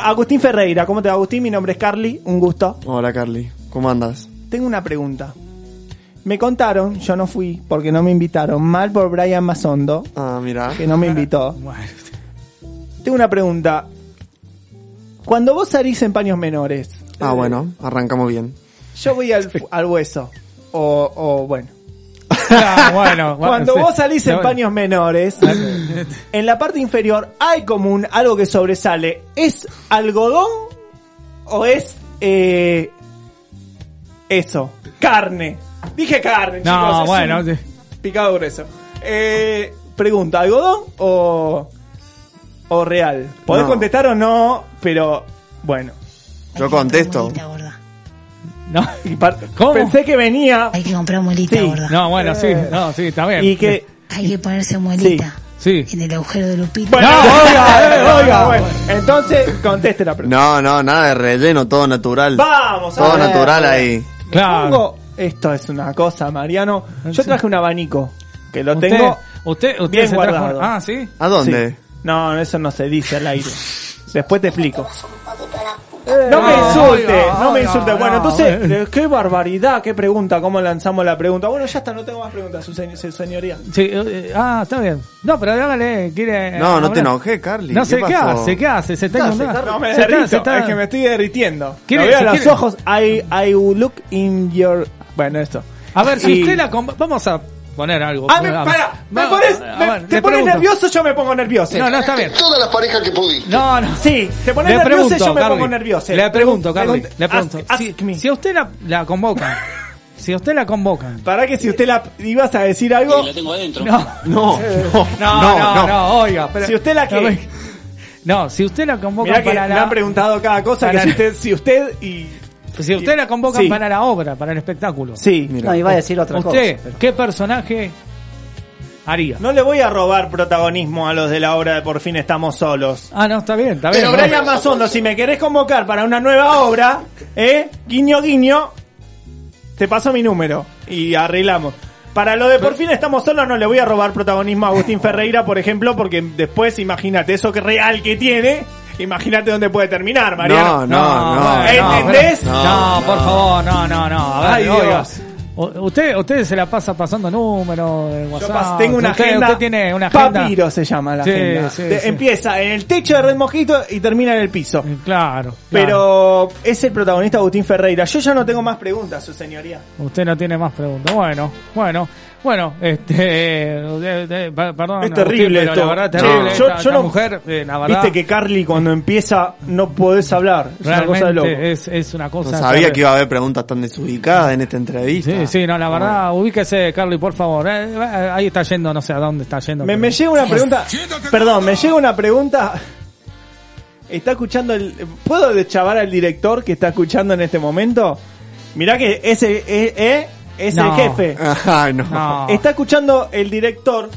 Agustín Ferreira, ¿cómo te va, Agustín? Mi nombre es Carly, un gusto.
Hola, Carly. ¿Cómo andas?
Tengo una pregunta. Me contaron, yo no fui porque no me invitaron, mal por Brian Mazondo,
Ah, mira.
que no me invitó. Tengo una pregunta. Cuando vos salís en paños menores,
Ah, bueno, arrancamos bien.
yo voy al, al hueso. O, o bueno.
Ah, bueno, bueno,
Cuando
sí.
vos salís en
No,
paños menores, en la parte inferior hay como un algo que sobresale. ¿Es algodón o es eh, eso? Carne. Dije carne,
No,
chicos. es
bueno,
un Picado grueso. Eh, pregunta, ¿algodón o, o real? Podés
No.
contestar o no, pero bueno.
Yo contesto.
No.
¿Cómo? Pensé que venía.
Hay que comprar muelita
Sí. Eh.
gorda.
No, bueno, sí, no, sí, está bien. Eh,
Y que
Hay que ponerse muelita.
Sí.
En el agujero de Lupita.
Bueno, oiga, eh, oiga, bueno. Entonces, conteste la pregunta.
No, no, nada de relleno, todo natural.
Vamos, a
Todo
ver.
natural ahí.
Claro. esto es una cosa, Mariano. Yo traje un abanico que lo
Ah, Usted-
tengo
usted- usted
bien
se trajo
guardado.
un- ah, ¿sí?
¿A dónde?
No, eso no se dice al aire. Después te explico.
No
Eh,
No me insulte,
oiga,
no me
oiga,
insulte. Bueno,
no,
entonces, eh, qué barbaridad, qué pregunta, cómo lanzamos la pregunta. Bueno, ya está, no tengo más preguntas, su, se- su señoría.
Sí, eh, eh, ah, está bien. No, pero hágale, quiere.
No, no
hablar.
te enojes, Carly.
No
¿Qué
sé qué,
pasó?
hace, qué hace, se está
No,
inundando.
no me
Se está-
derrito,
se está-
es que me estoy derritiendo.
¿Quiere-
Lo veo a
se
los
quiere-
ojos. I, I will look in your... Bueno, esto.
A ver, si
Y-
usted la. com- Vamos a poner algo.
Ah, me,
A-
pará, me
no,
pones-
a
me-
ver,
te
le
pones
pregunto.
nervioso, yo me pongo nervioso.
No, no, está bien.
Todas las parejas que pudiste.
No, no.
Sí, te pones
Le
nervioso,
pregunto,
yo me
Carly.
pongo nervioso.
Le pregunto, Carly.
Pregun-
Le pregunto.
Ask- ask
si,
me.
si a usted la, la convocan. si a usted la convocan.
Para que si usted la ibas a decir algo.
tengo adentro. No,
No, no,
no, no, no, oiga. pero-
si usted la
No,
que.
No, si usted la convoca
Mirá que
para
me
la.
han preguntado cada cosa. Que
para
si
la-
usted, si usted y.
Si usted la convoca
Sí.
para la obra, para el espectáculo.
Sí,
No, iba a decir otra cosa,
¿Usted qué personaje haría?
No le voy a robar protagonismo a los de la obra de Por fin estamos solos.
Ah, no, está bien, está bien.
Pero
¿no?
Brian Mazondo, si me querés convocar para una nueva obra, ¿eh? Guiño, guiño, te paso mi número y arreglamos. Para lo de por fin estamos solos, no le voy a robar protagonismo a Agustín Ferreira, por ejemplo, porque después, imagínate, eso que real que tiene, imagínate dónde puede terminar, Mariano.
No, no, no.
¿Entendés?
No, por favor, no, no, no. A ver,
Ay,
oiga.
Dios.
U- Usted, usted se la pasa pasando números de WhatsApp.
Pas- tengo una
usted,
agenda.
Usted tiene una agenda.
Papiro se llama la
Sí,
agenda.
sí,
De-
sí. Mm,
Empieza en el techo de Red Mosquito y termina en el piso.
Claro.
Pero es el protagonista Agustín Ferreira. Yo ya no tengo más preguntas, su señoría.
Usted no tiene más preguntas. Bueno, bueno, bueno, este, de- de- pa- perdón.
Es terrible
Agustín, pero
esto.
La verdad,
Che,
terrible.
yo-
Esta-
yo
esta
no-
mujer, eh, la verdad.
Viste que Carly cuando empieza no podés hablar. Es una cosa de loco.
Realmente eh. es, es una
No
cosa.
sabía
terrible.
que iba a haber preguntas tan desubicadas en esta entrevista.
Sí, sí, no, la verdad, ubíquese, Carly, por favor. Eh, eh, ahí está yendo, no sé a dónde está yendo.
Me,
pero-
me llega una pregunta. Perdón, me llega una pregunta. Está escuchando el. ¿Puedo deschavar al director que está escuchando en este momento? Mirá que ese eh, eh, es el
No.
jefe.
Ay, no.
Está escuchando el director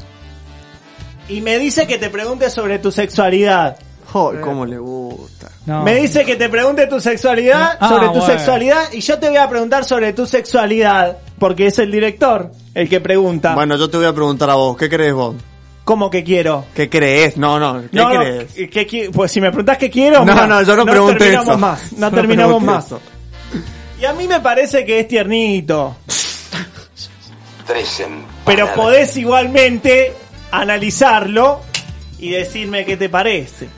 y me dice que te pregunte sobre tu sexualidad.
Ay, cómo le gusta.
Me dice que te pregunte tu sexualidad,
Ah,
sobre tu
bueno.
sexualidad, y yo te voy a preguntar sobre tu sexualidad, porque es el director el que pregunta.
Bueno, yo te voy a preguntar a vos, ¿qué crees vos?
¿Cómo que quiero?
¿Qué crees? No, no, ¿qué
No, no,
crees?
¿qué qui- pues si me preguntás qué quiero,
No,
mirá,
no, yo no pregunté
terminamos
eso.
más,
Yo
no
no
terminamos
pregunté
más.
eso.
Y a mí me parece que es tiernito,
Tres
pero podés igualmente analizarlo y decirme qué te parece.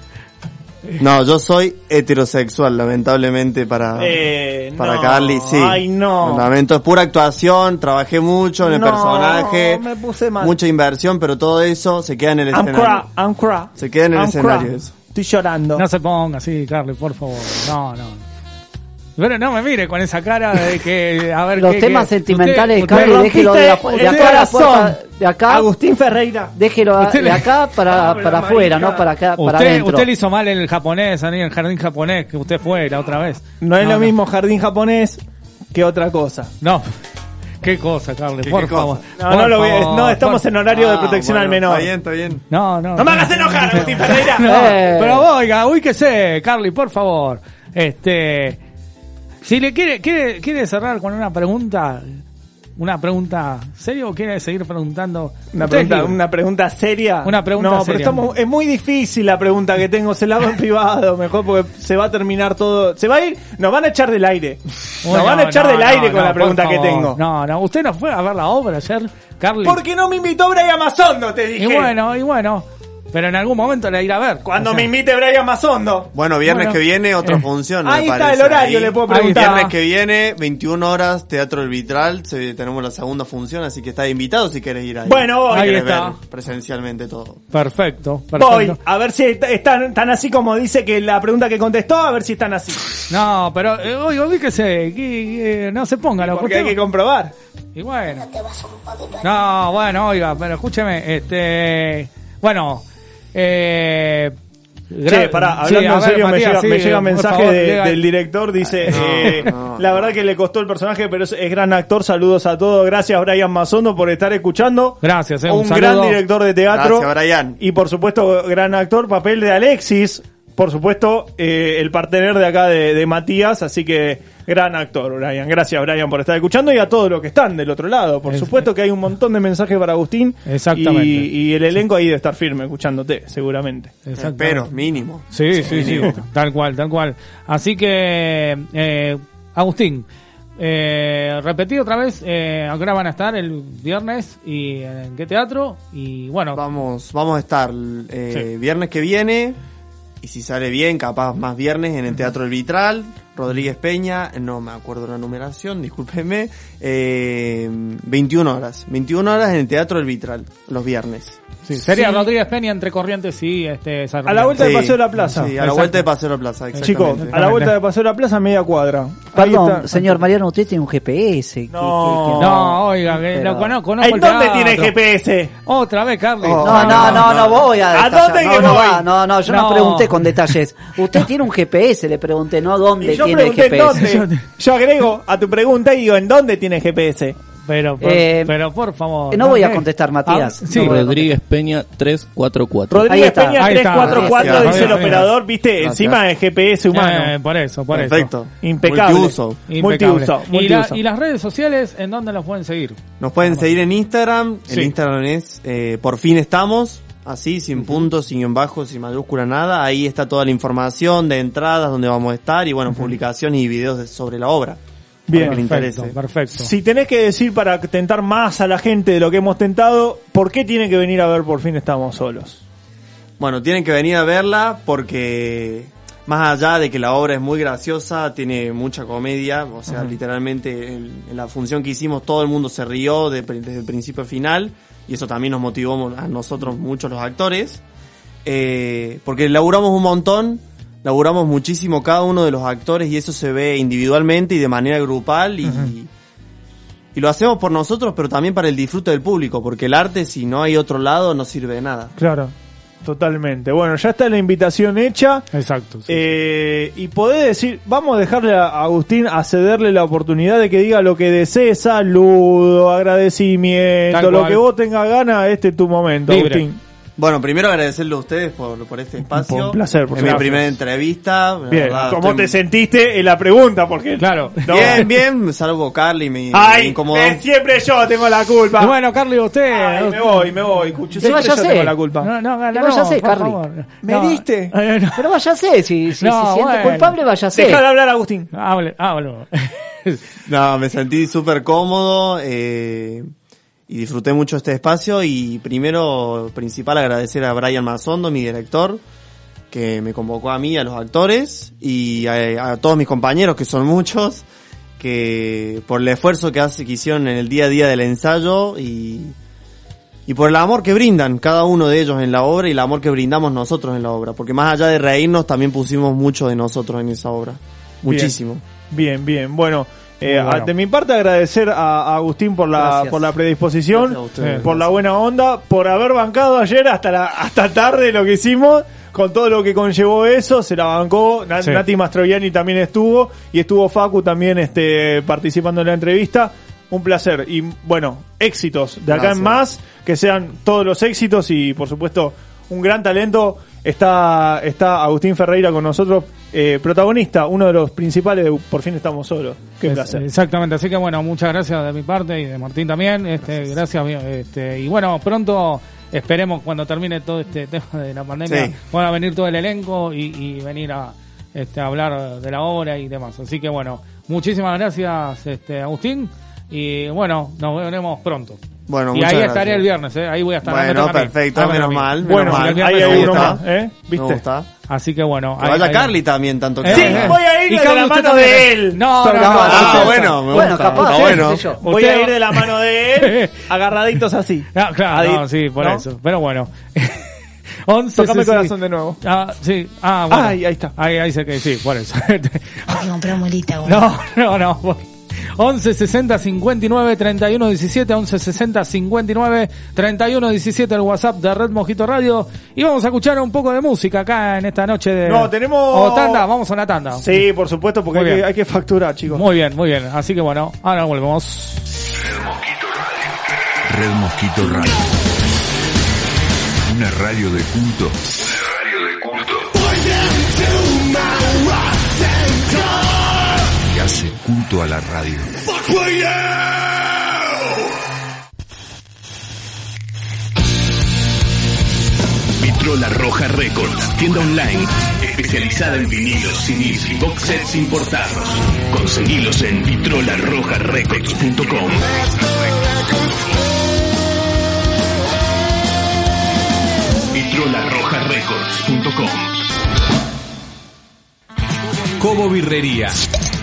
No, yo soy heterosexual, lamentablemente para,
Eh,
para
no,
Carly, sí.
ay, no.
Lo Lamento, es pura actuación, trabajé mucho en el
No,
personaje,
me puse mal.
mucha inversión, pero todo eso se queda en el
I'm
escenario.
cra, I'm cra.
Se queda en el
I'm
escenario
cra.
eso.
Estoy llorando.
No se ponga así, Carly, por favor. No, no. Pero no me mire con esa cara de que, a ver,
Los
qué-
temas
qué-
sentimentales,
usted-
Carly,
usted-
déjelo de, la,
usted-
de acá a la
usted-
puerta, de acá.
Agustín Ferreira.
Déjelo a-
Usted
de
le-
acá para,
Habla,
para afuera,
marica.
no para acá, para
Usted,
adentro.
usted le hizo mal en el japonés, en el jardín japonés que usted fue la otra vez.
No es lo mismo jardín japonés que otra cosa.
No. Qué cosa, Carly,
¿Qué-
por
qué cosa?
favor.
No,
Por
no lo voy a-
favor, Ah,
no, estamos
por-
en horario de protección al menor.
Está bien, está bien.
No, no.
No me hagas enojar, Agustín Ferreira.
No,
Eh.
Pero oiga, ubíquese, Carly, por favor. Este. Si le quiere, quiere, quiere cerrar con una pregunta, una pregunta seria o quiere seguir preguntando.
Una
Usted es
pregunta,
libre.
una pregunta seria.
Una pregunta
no,
seria.
Pero estamos, es muy difícil la pregunta que tengo. Se la hago en privado, mejor porque se va a terminar todo. Se va a ir, nos van a echar del aire. nos
Bueno,
van a echar
no,
del
no,
aire
no,
con la
por
pregunta que
favor.
tengo.
No, no, usted no fue a ver la obra ayer, Carly.
¿Por qué no me invitó Brian Mazondo? Te dije.
Y bueno, y bueno. Pero en algún momento la irá a ver.
Cuando
O sea,
me invite Brian Mazondo.
Bueno, viernes
Bueno.
que viene otra
Eh.
función.
Ahí
me
está
parece,
el horario, le puedo preguntar.
Viernes que viene, 21 horas, Teatro El Vitral, se- tenemos la segunda función, así que estás invitado si quieres ir ahí.
Bueno, voy.
Si
Ahí
querés
está.
ver presencialmente todo.
Perfecto, perfecto.
Voy, a ver si est- están, están así como dice que la pregunta que contestó, a ver si están así.
No, pero eh, oiga, ubíquese, que, que no se ponga lo
Porque hay que comprobar.
Y bueno. No, bueno, oiga, pero escúcheme, este, bueno, eh,
Che, pará, hablando
Sí, a
en
ver,
serio,
Matías,
me llega,
sí,
me llega
por
mensaje
favor,
de-
llega-
del director, dice, eh, la verdad que le costó el personaje, pero es, es gran actor, saludos a todos, gracias Brian Mazondo por estar escuchando.
Gracias, eh, un
un, gran
saludo.
director de teatro.
Gracias, Brian.
Y por supuesto, gran actor, papel de Alexis, por supuesto, eh, el partener de acá de, de Matías, así que gran actor, Brian. Gracias, Brian, por estar escuchando y a todos los que están del otro lado. Por supuesto que hay un montón de mensajes para Agustín.
Exactamente.
Y, y el elenco ahí debe estar firme escuchándote, seguramente.
Exactamente. Espero,
mínimo.
Sí, sí, sí,
mínimo.
tal cual, tal cual. Así que, eh, Agustín, eh, repetí otra vez, eh, acá van a estar el viernes y en qué teatro y bueno.
Vamos, vamos a estar eh, viernes que viene, y si sale bien, capaz más viernes en el Teatro El Vitral, Rodríguez Peña, no me acuerdo la numeración, discúlpenme, eh, 21 horas, 21 horas en el Teatro El Vitral, los viernes.
Sería Rodríguez Peña entre Corrientes y este
A la vuelta
de
del Paseo de la Plaza. Eh,
Sí, a la vuelta de Paseo de la Plaza,
Chicos,
exactamente.
a la vuelta del Paseo de la Plaza, media cuadra. Ahí
Perdón,
está.
señor Mariano, usted tiene un GPS. No,
No, oiga, que lo conozco, conozco
Ay,
el
¿dónde
teatro.
tiene GPS?
Otra vez, Carly.
Oh,
No, no, no, no voy a
¿A
detallar.
dónde que
no, no,
voy?
va, No, no, yo no.
No.
pregunté con detalles. Usted tiene un GPS, le pregunté, no dónde
Y yo
tiene el
pregunté
GPS.
dónde. Yo agrego a tu pregunta y digo, ¿en dónde tiene GPS?
Pero,
por- Eh, pero
por favor.
no voy a contestar,
Ah,
Matías. No voy a
Rodríguez Peña 344.
Rodríguez Peña 344 dice el operador, viste, encima es GPS humano.
Eh, por eso, por
Perfecto.
eso.
Impecable. Multiuso.
Impecable.
Multiuso,
¿Y, la-
multiuso.
y las redes sociales, ¿en dónde las pueden seguir?
Nos pueden seguir en Instagram.
Sí.
El Instagram es eh, por fin estamos. Así, sin puntos, sin guión bajo, sin mayúscula, nada. Ahí está toda la información de entradas, donde vamos a estar y bueno, publicaciones y videos de- sobre la obra.
Bien.
para que le
Perfecto,
interese.
perfecto.
Si tenés que decir para tentar más a la gente de lo que hemos tentado, ¿por qué tiene que venir a ver por fin estamos solos?
Bueno, tienen que venir a verla porque más allá de que la obra es muy graciosa, tiene mucha comedia, o sea,
Ujú.
literalmente en, en la función que hicimos todo el mundo se rió de pri- desde el principio al final y eso también nos motivó a nosotros muchos los actores, eh, porque laburamos un montón, laburamos muchísimo cada uno de los actores y eso se ve individualmente y de manera grupal y... Y lo hacemos por nosotros, pero también para el disfrute del público, porque el arte, si no hay otro lado, no sirve de nada.
Claro, totalmente. Bueno, ya está la invitación hecha.
Exacto.
Eh, y podés decir, vamos a dejarle a Agustín a cederle la oportunidad de que diga lo que desee, saludo, agradecimiento,
Tal
lo
cual.
que vos tengas ganas, este es tu momento, Agustín.
Bueno, primero agradecerle a ustedes por, por este espacio.
Por un placer, por
Es mi
supuesto.
primera entrevista. la
Bien,
verdad,
¿cómo
estoy-
te sentiste? Este Es la pregunta, porque... Claro.
Bien, bien, salvo Carly, me, me
Ay,
incomodó.
eh, siempre yo tengo la culpa.
Y bueno, Carly, usted...
Ay, me voy, me voy. Cucho, siempre yo tengo la culpa.
No, no, no,
Y váyase,
por
Carly.
favor.
Me
No.
diste.
Eh, no.
Pero váyase, si, si
No,
se siente
bueno.
culpable, váyase.
Dejá de hablar, Agustín.
Hable, hablo.
No, me sentí súper cómodo eh, y disfruté mucho este espacio. Y primero, principal, agradecer a Brian Mazondo, mi director, que me convocó a mí, a los actores y a, a todos mis compañeros, que son muchos, que por el esfuerzo que, hace, que hicieron en el día a día del ensayo y, y por el amor que brindan cada uno de ellos en la obra y el amor que brindamos nosotros en la obra. Porque más allá de reírnos, también pusimos mucho de nosotros en esa obra.
Bien.
Muchísimo.
Bien, bien. Bueno, eh,
Muy bueno.
a- de mi parte agradecer a, a Agustín por la,
Gracias.
por la predisposición,
Gracias a ustedes.
eh, por la buena onda, por haber bancado ayer hasta la, hasta tarde lo que hicimos. Con todo lo que conllevó eso, se la bancó. Na-
Sí.
Nati Mastroianni también estuvo. Y estuvo Facu también este, participando en la entrevista. Un placer. Y bueno, éxitos. De acá en
Gracias.
más, que sean todos los éxitos. Y por supuesto, un gran talento. Está, está Agustín Ferreira con nosotros, eh, protagonista, uno de los principales de Por fin estamos solos. Qué
Es-
placer.
Exactamente, así que bueno, muchas gracias de mi parte y de Martín también. Este, gracias. mi- este, y bueno, pronto esperemos cuando termine todo este tema de la pandemia,
Sí.
van a venir todo el elenco y, y venir a este, a hablar de la obra y demás. Así que bueno, muchísimas gracias, este, Agustín. Y bueno, nos veremos pronto.
Bueno,
y ahí
muchas
estaré
gracias.
el viernes, ¿eh? ahí voy a estar.
Bueno,
no me toca a mí,
perfecto,
no me toca
menos
a mí.
mal, menos
Bueno,
mal.
el viernes
Ahí
me
hay
gusta.
uno más, ¿eh?
Me
¿Viste?
gusta. Así que bueno.
Que vaya Carly también, tanto que
Eh,
habla.
eh.
ir
Y
de
Carly,
la
usted
mano
también.
de él.
No, no,
Sobre
no.
la mano.
no,
Ah,
no.
bueno, me gusta. Está
sí,
bueno.
qué sé yo.
Voy a ir de la mano de él, agarraditos así.
Ah, claro,
Adi-
no, sí, por
¿no?
eso. Pero bueno. 11
Tocame
sí, sí.
corazón de nuevo.
Ah, sí. Ah, bueno.
Ay,
ahí está. Ahí, ahí se que sí, por eso.
Ay, compró mulita,
no, no, no. por- 11 60 59 31 17, 11 60 59 31 17, el WhatsApp de Red Mosquito Radio. Y vamos a escuchar un poco de música acá en esta noche de.
No, tenemos-
O tanda, vamos a una tanda.
Sí, por supuesto, porque
ah, Muy
hay que,
bien.
hay que facturar, chicos.
Muy bien, muy bien. Así que bueno, ahora volvemos.
Red Mosquito Radio. Una radio de culto.
Radio de culto.
que hace culto a la radio.
Vitrola Roja Records, tienda online especializada en vinilos, CDs y box sets importados. Conseguilos en vitrolarojarecords.com. vitrolarojarecords.com.
Cobo Birrería.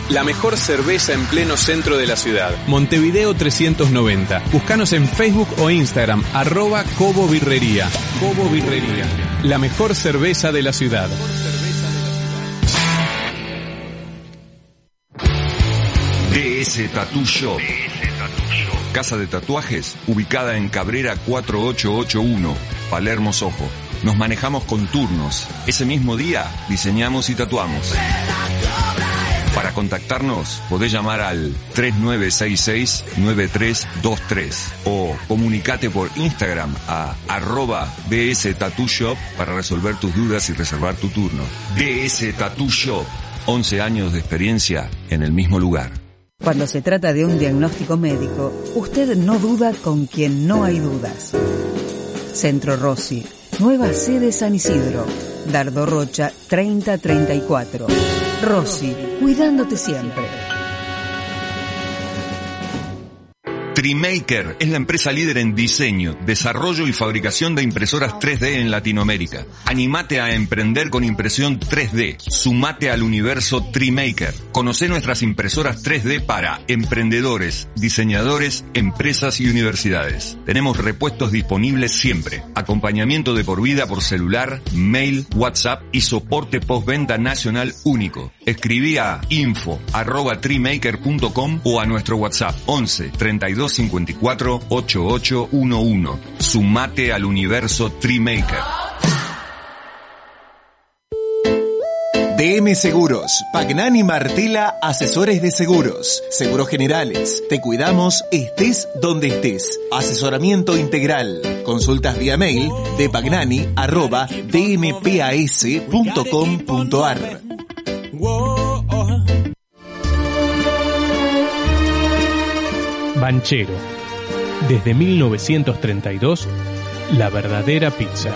La mejor cerveza en pleno centro de la ciudad.
Montevideo 390. Búscanos en Facebook o Instagram, arroba Cobo Birrería. Cobo Birrería. La mejor cerveza de la ciudad.
DS Tatuyo.
Casa de Tatuajes, ubicada en Cabrera 4881, Palermo Sojo. Nos manejamos con turnos. Ese mismo día diseñamos y tatuamos. Para contactarnos podés llamar al 3966-9323 o comunicate por Instagram a arroba DS Tattoo Shop para resolver tus dudas y reservar tu turno. DS Tattoo Shop, 11 años de experiencia en el mismo lugar.
Cuando se trata de un diagnóstico médico, usted no duda con quien no hay dudas. Centro Rossi, nueva sede San Isidro, Dardo Rocha 3034. Rossi, cuidándote siempre.
Trimaker es la empresa líder en diseño, desarrollo y fabricación de impresoras 3D en Latinoamérica. Animate a emprender con impresión 3D. Sumate al universo Trimaker. Conoce nuestras impresoras 3D para emprendedores, diseñadores, empresas y universidades. Tenemos repuestos disponibles siempre. Acompañamiento de por vida por celular, mail, WhatsApp y soporte postventa nacional único. Escribí a info arroba treemaker.com o a nuestro WhatsApp 11 32 54 8811. Sumate al universo Treemaker.
DM Seguros, Pagnani Martela, asesores de seguros, seguros generales. Te cuidamos estés donde estés. Asesoramiento integral. Consultas vía mail de pagnani arroba dmpas.com.ar.
Banchero. Desde 1932, la verdadera pizza.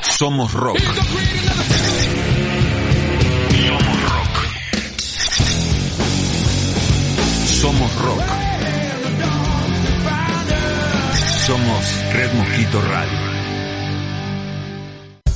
Somos rock. Somos rock. Somos Red Mosquito Radio.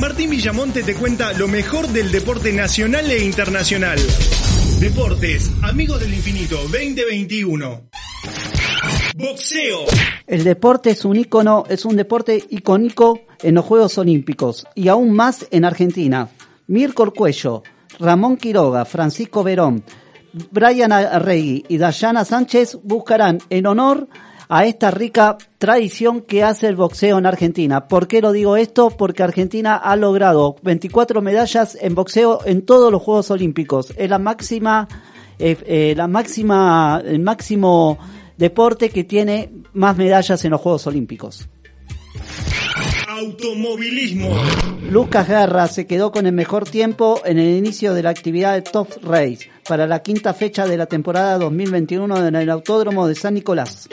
Martín Villamonte te cuenta lo mejor del deporte nacional e internacional. Deportes, amigos del infinito 2021. Boxeo.
El deporte es un ícono, es un deporte icónico en los Juegos Olímpicos y aún más en Argentina. Mirko Cuello, Ramón Quiroga, Francisco Verón, Brian Arregui y Dayana Sánchez buscarán en honor a esta rica tradición que hace el boxeo en Argentina. ¿Por qué lo digo esto? Porque Argentina ha logrado 24 medallas en boxeo en todos los Juegos Olímpicos. Es la máxima eh, eh, la máxima, el máximo deporte que tiene más medallas en los Juegos Olímpicos.
Automovilismo.
Lucas Guerra se quedó con el mejor tiempo en el inicio de la actividad de Top Race para la quinta fecha de la temporada 2021 en el Autódromo de San Nicolás.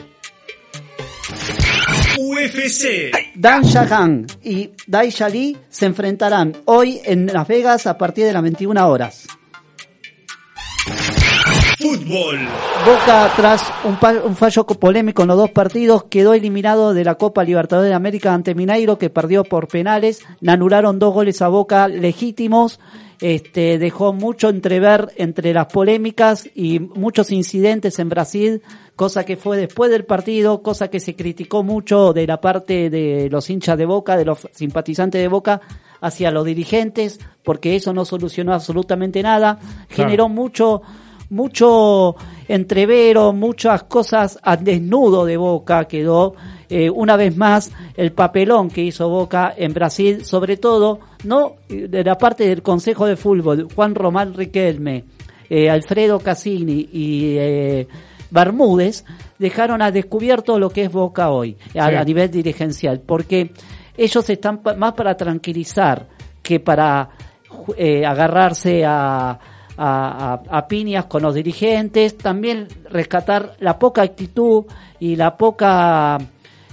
UFC.
Dan Shahan y Dai Shali se enfrentarán hoy en Las Vegas a partir de las 21 horas.
Fútbol. fútbol.
Boca, tras un, pa- un fallo co- polémico en los dos partidos, quedó eliminado de la Copa Libertadores de América ante Mineiro, que perdió por penales. Le anularon dos goles a Boca legítimos. Este, dejó mucho entrever entre las polémicas y muchos incidentes en Brasil, cosa que fue después del partido, cosa que se criticó mucho de la parte de los hinchas de Boca, de los simpatizantes de Boca, hacia los dirigentes, porque eso no solucionó absolutamente nada. Generó mucho, mucho entrevero, muchas cosas al desnudo de Boca quedó. eh, una vez más, el papelón que hizo Boca en Brasil, sobre todo, no eh, de la parte del Consejo de Fútbol, Juan Román Riquelme, eh, Alfredo Cassini y eh, Bermúdez, dejaron a descubierto lo que es Boca hoy, a,
Sí.
a nivel dirigencial, porque ellos están pa- más para tranquilizar que para ju- eh, agarrarse a, a, a- a piñas con los dirigentes, también rescatar la poca actitud y la poca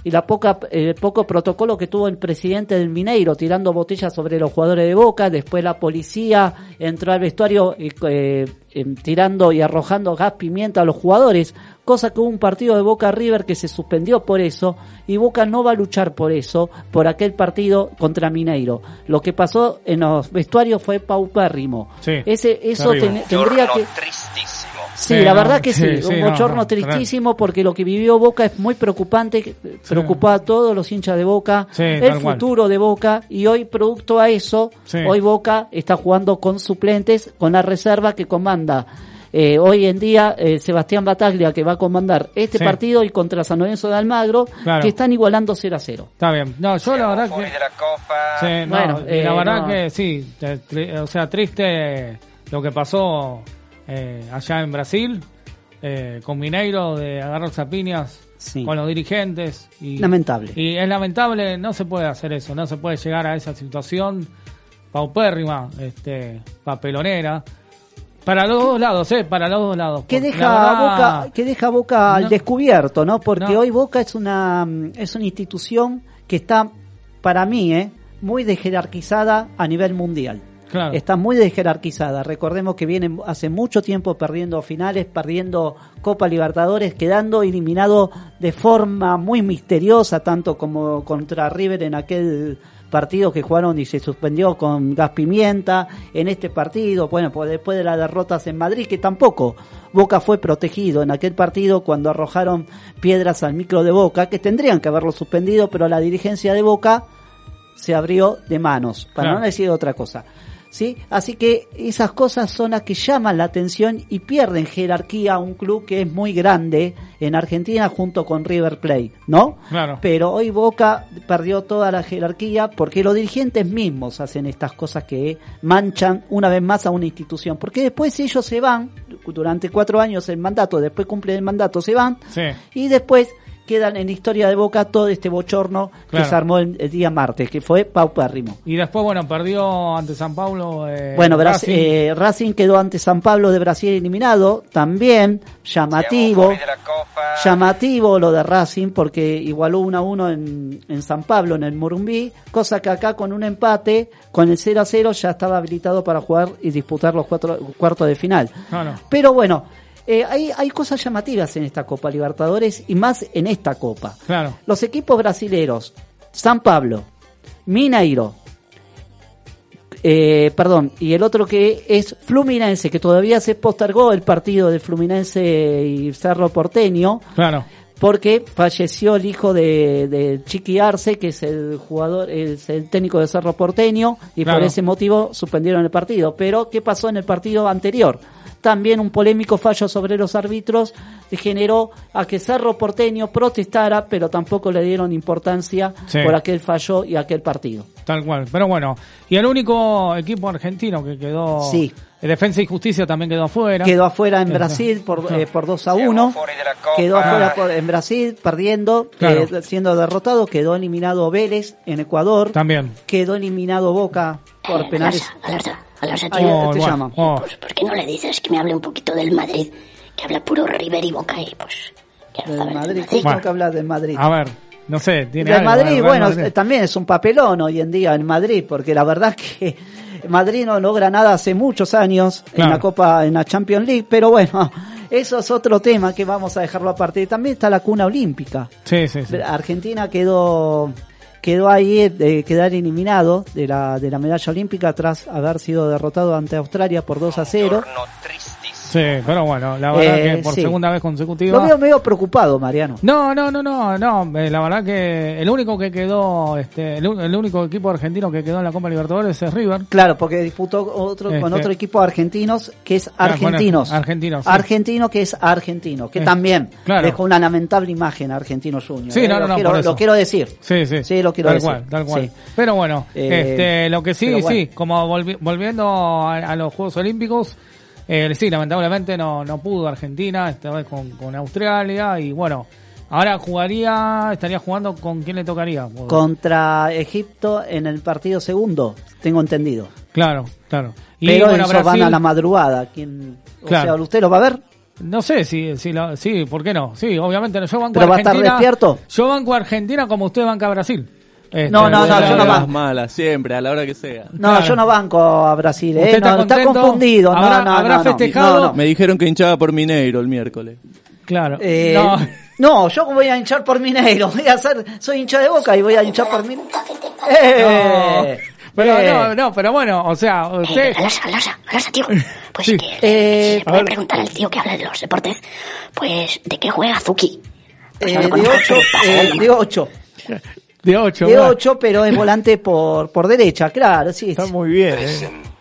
y la poca el poco protocolo que tuvo el presidente del Mineiro tirando botellas sobre los jugadores de Boca, después la policía entró al vestuario eh, eh, em, tirando y arrojando gas pimienta a los jugadores, cosa que hubo un partido de Boca River que se suspendió por eso y Boca no va a luchar por eso, por aquel partido contra Mineiro. Lo que pasó en los vestuarios fue paupérrimo. Ese eso ten- tendría que Sí, la verdad que sí, un bochorno tristísimo porque lo que vivió Boca es muy preocupante, que- preocupaba a todos los hinchas de Boca,
Sí,
el
tal cual.
futuro de Boca y hoy producto a eso,
Sí.
hoy Boca está jugando con suplentes, con la reserva que comanda. eh, hoy en día eh, Sebastián Bataglia que va a comandar este
Sí.
partido y contra San Lorenzo de Almagro
Claro.
que están igualando 0 a 0.
Está bien. No, yo la verdad que. Sí, no,
Bueno,
y la
eh,
verdad
no.
que sí. eh, tri- o sea, triste lo que pasó eh, allá en Brasil eh, con Mineiro de agarrarse a piñas con los dirigentes. Y,
Lamentable.
Y es lamentable, no se puede hacer eso, no se puede llegar a esa situación paupérrima, este, papelonera. Para los dos lados, ¿eh? Para los dos lados.
que
porque
deja
la
a
verdad-
Boca que deja a Boca al
No.
descubierto no porque
No.
hoy Boca es una mm, es una institución que está para mí eh, muy desjerarquizada a nivel mundial
Claro.
Está muy desjerarquizada. Recordemos que vienen hace mucho tiempo perdiendo finales, perdiendo Copa Libertadores, quedando eliminado de forma muy misteriosa, tanto como contra River en aquel partido que jugaron y se suspendió con gas pimienta, en este partido, bueno, pues después de las derrotas en Madrid, que tampoco Boca fue protegido en aquel partido cuando arrojaron piedras al micro de Boca, que tendrían que haberlo suspendido, pero la dirigencia de Boca se abrió de manos, para
Claro.
no decir otra cosa. ¿Sí? Así que esas cosas son las que llaman la atención y pierden jerarquía a un club que es muy grande en Argentina junto con River Plate, ¿no?
Claro.
Pero hoy Boca perdió toda la jerarquía porque los dirigentes mismos hacen estas cosas que manchan una vez más a una institución. Porque después ellos se van, durante cuatro años el mandato, después cumplen el mandato, se van
Sí.
y después quedan en historia de Boca todo este bochorno
Claro.
que se armó el, el día martes, que fue paupérrimo.
Y después, bueno, perdió ante San Pablo. eh,
Bueno, Bra-
Racing.
eh, Racing quedó ante San Pablo de Brasil eliminado, también llamativo, llamativo lo de Racing porque igualó 1 a 1 en, en San Pablo, en el Morumbí, cosa que acá con un empate, con el 0 a 0 ya estaba habilitado para jugar y disputar los cuatro, cuartos de final.
No, no.
Pero bueno, eh, hay, hay cosas llamativas en esta Copa Libertadores y más en esta Copa.
Claro.
Los equipos brasileros, San Pablo, Mineiro, eh, perdón, y el otro que es Fluminense, que todavía se postergó el partido de Fluminense y Cerro Porteño,
Claro.
porque falleció el hijo de, de Chiqui Arce, que es el jugador, es el técnico de Cerro Porteño, y
Claro.
por ese motivo suspendieron el partido. Pero, ¿qué pasó en el partido anterior? También un polémico fallo sobre los árbitros generó a que Cerro Porteño protestara, pero tampoco le dieron importancia
Sí.
por aquel fallo y aquel partido.
Tal cual. Pero bueno, y el único equipo argentino que quedó.
Sí.
eh, Defensa y Justicia también quedó afuera.
Quedó afuera en
Está.
Brasil por,
Claro.
eh, por 2 a 1. Quedó afuera por- en Brasil, perdiendo,
Ah. Claro.
eh, siendo derrotado. Quedó eliminado Vélez en Ecuador.
También.
Quedó eliminado Boca por penales.
Alerta, alerta,
Ahí
tío.
te llaman.
Oh,
¿Por qué no le dices que me hable un poquito del Madrid? Que habla puro River y Boca y pues...
Del Madrid, justo
Bueno.
que hablas del Madrid.
A ver, no sé, tiene.
Del
algo,
Madrid,
a ver,
bueno,
Madrid.
eh, también es un papelón hoy en día en Madrid, porque la verdad que Madrid no logra nada hace muchos años en
Claro.
la Copa, en la Champions League, pero bueno, Eso es otro tema que vamos a dejarlo aparte. También está la cuna olímpica.
Sí, sí, sí.
Argentina quedó quedó ahí eh, quedar eliminado de la, de la medalla olímpica tras haber sido derrotado ante Australia por 2 a 0.
Sí, pero bueno, la verdad
Eh,
que por
sí.
segunda vez consecutiva.
Lo veo medio preocupado, Mariano.
No, no, no, no, no. eh, La verdad que el único que quedó, este, el, u- el único equipo argentino que quedó en la Copa Libertadores es River.
Claro, porque disputó otro, con
Este. Ah,
otro equipo argentinos que es
bueno,
argentinos.
argentinos, sí.
Argentino que es argentino, que
Eh,
también
claro.
dejó una lamentable imagen a Argentino Junior.
Sí,
eh,
no,
lo
no, no,
quiero,
por eso.
lo quiero decir.
Sí, sí.
Sí, lo quiero
tal
decir.
cual, tal cual.
Sí.
Pero bueno,
Eh,
este, lo que sí,
pero bueno.
sí, como volvi- volviendo a, a los Juegos Olímpicos, eh, sí, lamentablemente no, no pudo Argentina, esta vez con, con Australia, y bueno, ahora jugaría, estaría jugando con quién le tocaría.
Contra Egipto en el partido segundo, tengo entendido.
Claro, claro.
Pero
bueno,
esos van
Brasil-
a la madrugada. ¿Quién, o
Claro.
sea, ¿usted lo va a ver?
No sé si, si la- sí, ¿por qué no? Sí, obviamente no. Yo banco
¿Pero
a
va a estar
Argentina.
despierto?
Yo banco a Argentina como usted banca a Brasil. Este,
No, no, no, yo no
Las
banco.
malas, siempre, a la hora que sea.
No, yo no banco a Brasil. eh,
¿Usted está
no, está
contento?
confundido. No,
¿Habrá-
no,
Ah,
habrá
no, no.
festejado?
No, no.
Me dijeron que hinchaba por Mineiro el miércoles.
Claro.
Eh,
No.
no. yo voy a hinchar por Mineiro. Voy a hacer, soy hincha de boca y voy a hinchar por Mineiro. Eh,
Pero
eh.
no, no, pero bueno, o sea,
Eh,
usted.
Alasa, Alasa, Alasa, tío. Pues que
Eh,
si le puede preguntar al tío que habla de los deportes, pues ¿de qué juega Zuki? Pues
Eh,
no lo
de
conozco,
8,
pasa de
de 8.
De 8,
De 8, pero es volante por, por derecha, claro, sí. Está
muy bien.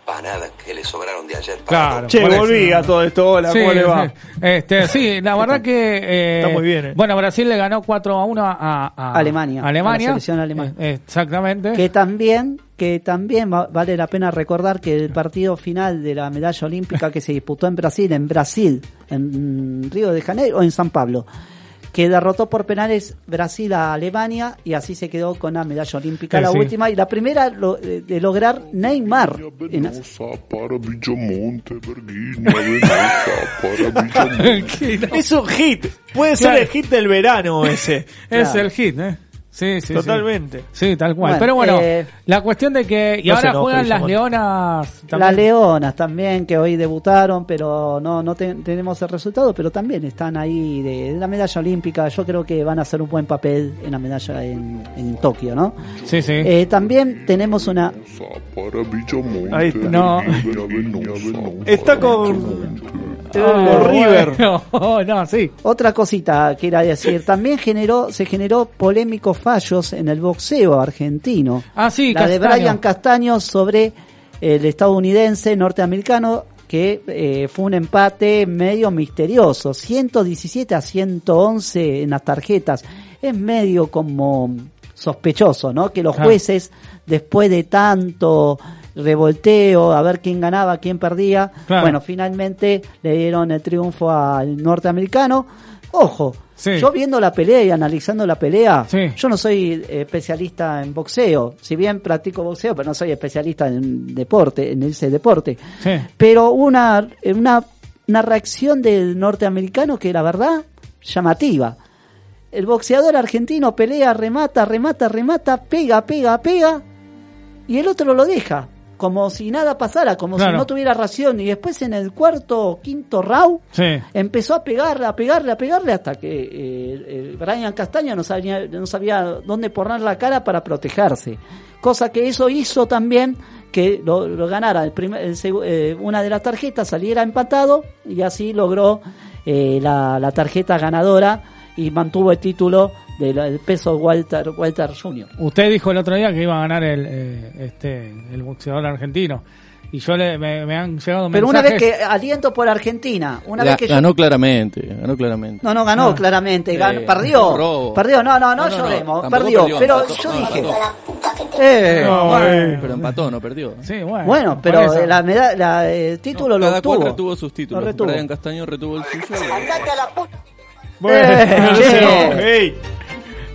Empanadas que le sobraron de ayer.
Claro.
Che,
por eso.
volví a todo esto. Hola,
Sí,
¿cómo le va?
sí. Este, sí, la verdad que. eh,
Está muy bien, eh.
Bueno, Brasil le ganó 4 a 1 a, a-
Alemania.
Alemania.
A la selección alemana.
Eh, exactamente.
Que también, que también va- vale la pena recordar que el partido final de la medalla olímpica que se disputó en Brasil, en Brasil, en Río de Janeiro o en San Pablo, que derrotó por penales Brasil a Alemania y así se quedó con la medalla olímpica,
Eh,
la
sí.
última y la primera lo- de, de lograr Neymar. En-
para Villamonte, Berguina, Venecia, para Villamonte.
Es un hit. Puede ser
Claro.
el hit del verano ese.
Es
Claro.
el hit, ¿eh? Sí, sí. sí.
Totalmente.
Sí, tal cual.
Bueno,
Pero bueno,
eh,
la cuestión de que. Y
No se
ahora
enoje,
juegan las
Guillermo.
leonas.
Las
también.
Leonas también, que hoy debutaron, pero no, no te- tenemos el resultado, pero también están ahí de, de la medalla olímpica. Yo creo que van a hacer un buen papel en la medalla en, en Tokio, ¿no?
Sí, sí.
Eh, también tenemos una...
Para Villamonte,
Ahí está. No.
Berguina, Venecia,
Está con.
Oh,
con River.
Oh, Otra cosita que era decir, también generó, se generó polémicos fallos en el boxeo argentino.
Ah, sí,
la de
Castaño.
Brian Castaño sobre el estadounidense norteamericano que eh, fue un empate medio misterioso, 117 a 111 en las tarjetas. Es medio como sospechoso, ¿no? Que los
Ah.
jueces, después de tanto revolteo, a ver quién ganaba, quién perdía,
Claro.
bueno, finalmente le dieron el triunfo al norteamericano. Ojo,
Sí.
yo viendo la pelea y analizando la pelea, yo no soy eh, especialista en boxeo, si bien practico boxeo, pero no soy especialista en deporte, en ese deporte.
Sí.
Pero una, una, una reacción del norteamericano que la verdad, llamativa. El boxeador argentino pelea, remata, remata, remata, pega, pega, pega, y el otro lo deja. Como si nada pasara, como
Claro.
si no tuviera ración. Y después en el cuarto o quinto round,
Sí.
empezó a pegarle, a pegarle, a pegarle hasta que eh, eh, Brian Castaño no sabía, no sabía dónde poner la cara para protegerse. Cosa que eso hizo también que lo, lo ganara el primer- el segu- eh, una de las tarjetas, saliera empatado y así logró eh, la, la tarjeta ganadora y mantuvo el título del del peso Walter, Walter Jr.
Usted dijo el otro día que iba a ganar el, eh, este, el boxeador argentino. Y yo le, me, me han llegado
Pero una
mensajes.
vez que aliento por Argentina, una
Ga-
vez que yo-
ganó claramente, ganó claramente.
No, no ganó claramente, gan- perdió.
robo.
Perdió, no, no, no,
Ah. No, no, no,
lloremos,
tampoco
perdió,
perdió,
pero
empató,
yo
no,
dije.
Eh,
Eh,
bueno,
bueno,
Pero empató, no perdió.
Sí, bueno.
Bueno, pero eh, la meda- la, eh, el título lo
Cada cual
obtuvo.
retuvo sus títulos.
Lo retuvo.
Brian Castaño retuvo el suyo.
Eh, che.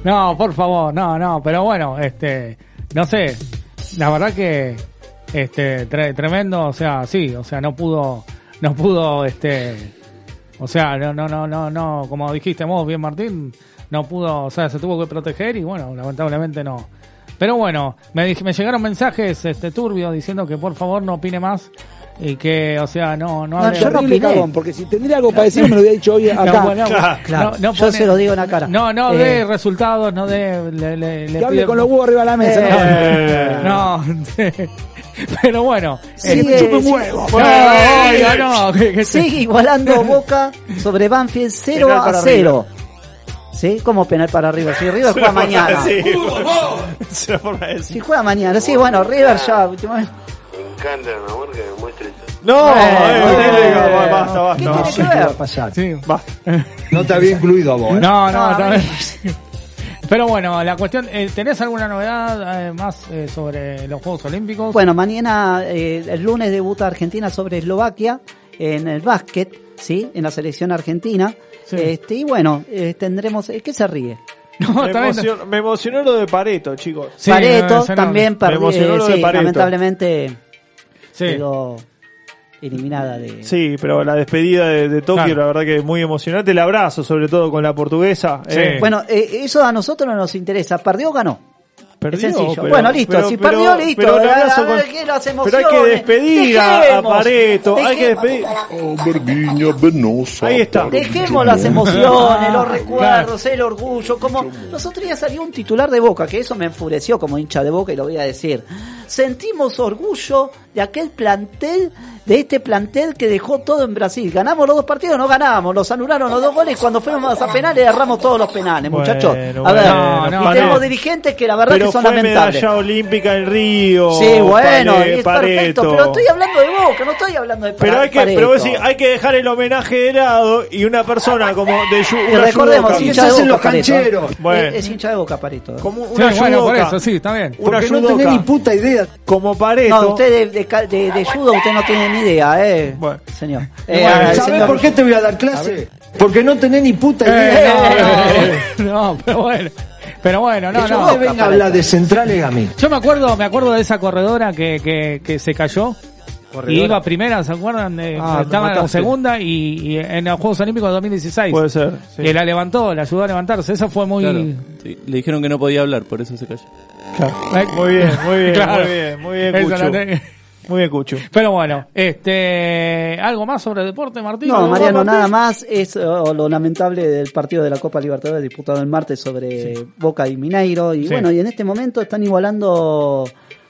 No, por favor, no, no, pero bueno, este, no sé, la verdad que, este, tre- tremendo, o sea, sí, o sea, no pudo, no pudo, este, o sea, no, no, no, no, no, como dijiste vos bien Martín, no pudo, o sea, se tuvo que proteger y bueno, lamentablemente no. Pero bueno, me, dij- me llegaron mensajes, este, turbio diciendo que por favor no opine más Y que, o sea, no, no,
No,
hable-
yo no Terrible, opiné. cabrón,
porque si
Tendría algo para decir, me lo había dicho hoy acá.
No, bueno, no, no
Yo
pone-
se lo digo en la cara.
No, no
Eh,
de resultados, no de. Le, le- le
que hable
pide-
con los huevos arriba de la mesa.
Eh, No,
Eh.
pero bueno.
Sigue-
eh,
chupe un
sí.
huevo.
Bueno,
Eh,
oiga, no, que- que-
Sigue igualando Boca sobre Banfield 0
Penal
a
para
0. ¿Sí? Como penal para River. Si River juega mañana.
Se la forma de
Si juega mañana. Sí, bueno, River ya.
Me encanta, mi amor, que me muestre
No,
basta, basta. ¿Qué tiene que ver?
pasar?
Sí,
No te había incluido a vos. ¿eh?
No, no, no. Pero bueno, la cuestión, eh, ¿tenés alguna novedad eh, más eh, sobre los Juegos Olímpicos?
Bueno, mañana, eh, el lunes debuta Argentina sobre Eslovaquia en el básquet, ¿sí? En la selección argentina. Este, y bueno, eh, tendremos. eh, ¿Qué se ríe?
me, emocionó, me emocionó lo de Pareto, eh, chicos.
Pareto también
Me
perdió.
emocionó lo de Pareto.
lamentablemente
Sí.
quedó eliminada de.
Sí, pero la despedida de, de Tokio,
Claro.
la verdad que es muy emocionante. El abrazo, sobre todo con la portuguesa. eh.
Bueno, eh, eso a nosotros no nos interesa. ¿Perdió o ganó?
Perdió,
es sencillo.
pero-
bueno, listo.
pero-
si
pero-
perdió, listo.
pero un
A- a
abrazo
ver
con-
qué las
pero hay que
emociones.
despedir a- a
Dejemos.
Pareto, hay que
Dejemos.
despedir-
Oh, verguiña venosa.
Ahí está.
para
Dejemos
bicho
las
mono.
emociones, los recuerdos, el orgullo, como los otros días salió un titular de Boca, que eso me enfureció como hincha de Boca y lo voy a decir. Sentimos orgullo de aquel plantel, de este plantel que dejó todo en Brasil. Ganamos los dos partidos, no ganamos, nos anularon los dos goles y cuando fuimos a penales erramos todos los penales,
Bueno,
muchachos. A
bueno,
ver,
no,
y
no.
tenemos dirigentes que la verdad
pero
que son
fue
lamentables.
medalla olímpica en Río.
Sí, bueno,
Pare-
es
Pareto.
perfecto, pero estoy hablando de Boca, no estoy hablando de
Pero hay que,
Pareto.
pero vos decís, hay que dejar el homenaje de lado y una persona como de Yu-
Y
una
recordemos,
judoka.
es hincha de Boca, Pareto, ¿eh?
Bueno.
Es, es hincha de boca, Pareto. Como
una judoka. Una judoka.
puta idea.
Como Pareto.
No, usted de, de, ca- de- de judo usted no tiene ni idea, eh. señor. Eh,
Bueno,
al
¿Sabés
señor-
por qué te voy a dar
A
clase?
ver.
Porque no tenés ni
Eh,
puta idea.
Eh.
no, pero bueno. Pero bueno, no,
Que yo
no.
me venga a hablar de centrales a mí.
Yo me acuerdo, me acuerdo de esa corredora que, que, que se cayó. Y
Corredora.
iba primera, ¿se acuerdan? De,
Ah, me
Eh, estaba en
mataste.
segunda y, y en los Juegos Olímpicos de 2016.
Puede ser, sí.
Que la levantó, la ayudó a levantarse. Esa fue muy.
Claro. Sí, le dijeron que no podía hablar, por eso se cayó.
Muy bien, muy bien,
Claro.
muy bien, muy bien,
Esa
Cucho.
la te-
Muy bien, Cucho.
Pero bueno, este, ¿algo más sobre deporte, Martín?
No,
¿Algo más,
Mariano,
Martín?
nada más. Es eh, lo lamentable del partido de la Copa Libertadores disputado el martes sobre Boca y Mineiro. Y
Sí.
bueno, y en este momento están igualando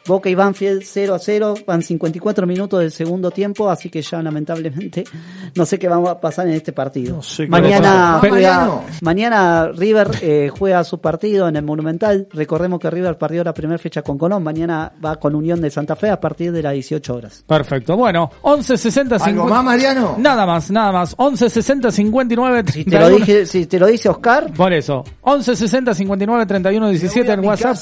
Boca y Banfield 0 a 0. Van 54 minutos del segundo tiempo, así que ya lamentablemente no sé qué va a pasar en este partido.
sé qué va
mañana,
a pasar.
juega,
Mariano.
mañana River eh, juega su partido en el Monumental. Recordemos que River perdió la primera fecha con Colón. Mañana va con Unión de Santa Fe a partir de las 18 horas.
Perfecto, bueno, 11 60
¿Algo
50.
más, Mariano?
Nada más, nada más. 11 60 59
Si te lo, dije, si te lo dice Oscar,
Por eso, 11 60 59 31 17 en WhatsApp.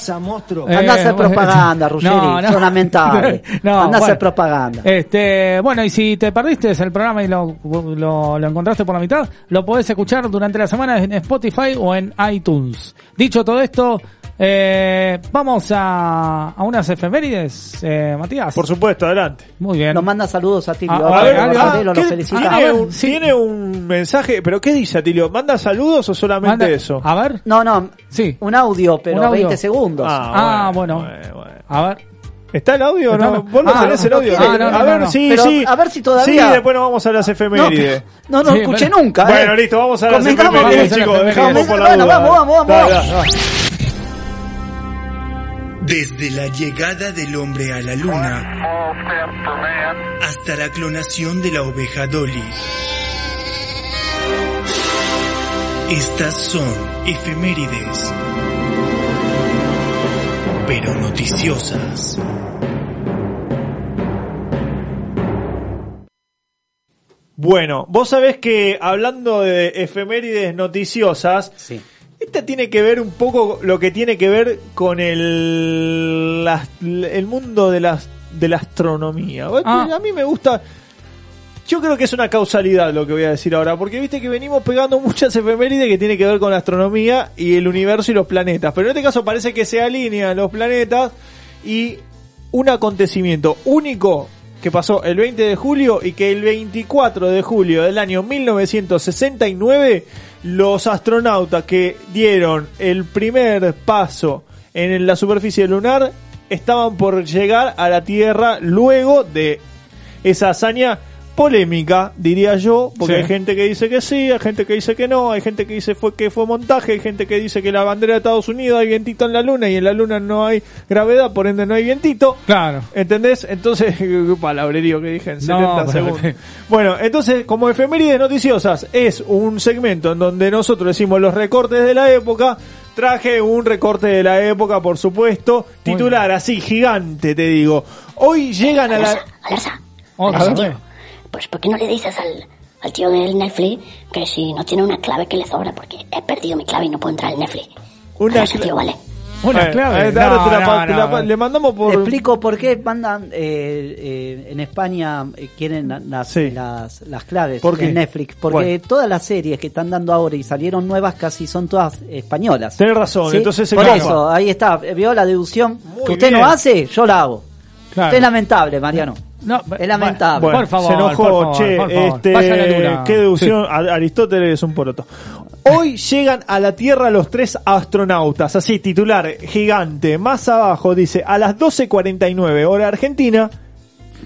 Eh,
Anda a hacer
bueno,
propaganda, Ruggeri.
no, no.
Son lamentables.
No,
Anda a hacer
bueno.
propaganda.
Este, bueno, y si te perdiste el programa y lo, lo, lo encontraste por la mitad, lo podés escuchar durante la semana en Spotify o en iTunes. Dicho todo esto, eh, vamos a, a unas efemérides, eh, Matías. Por
supuesto, adelante.
Muy bien.
Nos manda saludos a Tilio.
Ah,
Álvarez,
a ver,
Álvarez,
ah,
Barelo, lo
¿qué-
felicita.
¿Tiene, un, tiene un mensaje, pero ¿qué dice Atilio? ¿Manda saludos o solamente eso?
A ver.
No, no.
Sí.
Un audio, pero
Un audio.
20 segundos.
Ah,
bueno. A ver.
¿Está el audio o
Está
no?
la-
Vos no
Ah,
tenés el
no
audio.
quiere. Ah, no, no,
a ver,
no, no.
sí,
Pero
sí.
a ver si todavía-
Sí, después nos vamos a las efemérides.
No, no, escuché nunca.
Bueno,
eh.
listo, vamos a las
Convengamos,
efemérides,
vamos a las
chicos. Dejamos
efemérides.
por la
Bueno,
duda.
vamos, vamos,
Dale,
vamos.
dale, dale.
Desde la llegada del hombre a la luna hasta la clonación de la oveja Dolly. Estas son efemérides, pero noticiosas.
Bueno, vos sabés que hablando de efemérides noticiosas, esta tiene que ver un poco lo que tiene que ver con el, las- el mundo de, las, de la astronomía. A mí me gusta... Yo creo que es una causalidad lo que voy a decir ahora, porque viste que venimos pegando muchas efemérides que tiene que ver con la astronomía y el universo y los planetas. Pero en este caso parece que se alinean los planetas y un acontecimiento único que pasó el 20 de julio y que el 24 de julio del año 1969 los astronautas que dieron el primer paso en la superficie lunar estaban por llegar a la Tierra luego de esa hazaña polémica, diría yo, porque
Sí.
hay gente que dice que sí, hay gente que dice que no, hay gente que dice fue que fue montaje, hay gente que dice que la bandera de Estados Unidos hay vientito en la luna y en la luna no hay gravedad, por ende no hay vientito.
Claro.
¿Entendés? Entonces, qué palabrerío que dije en 70
pero-
segundos. Bueno, entonces, como efemérides noticiosas, es un segmento en donde nosotros decimos los recortes de la época. Traje un recorte de la época, por supuesto. Titular así, gigante, te digo. Hoy llegan a la.
Alerta, tío. Pues ¿por qué no le dices al, al tío del Netflix que si no tiene una clave que le sobra? Porque he perdido mi clave y no puedo entrar al Netflix.
Una
Gracias, tío, vale.
Una clave. ahora Eh, te la pa- te la pa- le mandamos por.
Te explico por qué mandan eh, eh, en España eh, quieren la- las, las, las claves
¿Por qué?
en Netflix. Porque
Bueno.
todas las series que están dando ahora y salieron nuevas casi son todas españolas.
Tenés razón, entonces se
Por
copa.
eso, ahí está. Vio la deducción que usted
bien.
no hace, yo la hago.
Claro.
Usted es lamentable, Mariano.
No,
es lamentable.
Ah, Bueno, se enojó, che, este,
Pasa la luna.
qué deducción, A- Aristóteles es un poroto. Hoy llegan a la Tierra los tres astronautas, así titular gigante, más abajo dice, a las 12.49 hora argentina,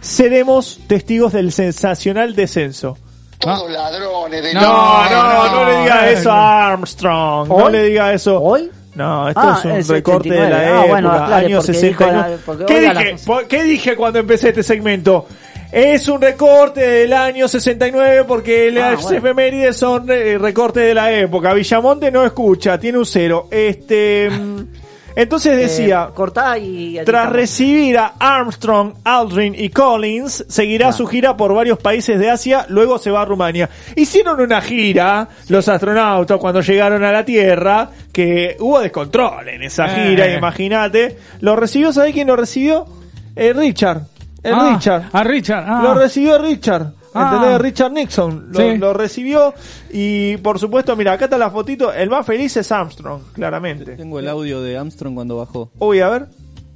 seremos testigos del sensacional descenso.
Todos ladrones de
¿Ah? No, no, no, le diga eso a Armstrong, no
¿Hoy?
le diga eso. ¿Hoy? No, esto
Ah,
es un
el
recorte de
79.
la
Ah,
época,
bueno, aclare,
años
porque dijo
60.
la- porque
¿Qué
hoy a las
dije? ¿Por- ¿Qué dije cuando empecé este segmento? Es un recorte del año 69 porque las efemérides son eh, recorte de la época. Villamonte no escucha, tiene un cero. Este, mm, entonces decía,
Eh, cortá y.
tras recibir a Armstrong, Aldrin y Collins, seguirá su gira por varios países de Asia, luego se va a Rumania. Hicieron una gira, los astronautas, cuando llegaron a la Tierra, que hubo descontrol en esa
Eh.
gira, imagínate. Lo recibió, ¿sabés quién lo recibió? Eh, Richard. El
Ah,
Richard.
A Richard. ah.
Lo recibió Richard.
Ah.
¿Entendés? Richard Nixon lo,
Sí.
lo recibió y por supuesto, mira, acá está la fotito, el más feliz es Armstrong, claramente.
Tengo el audio de Armstrong cuando bajó.
Uy, a ver,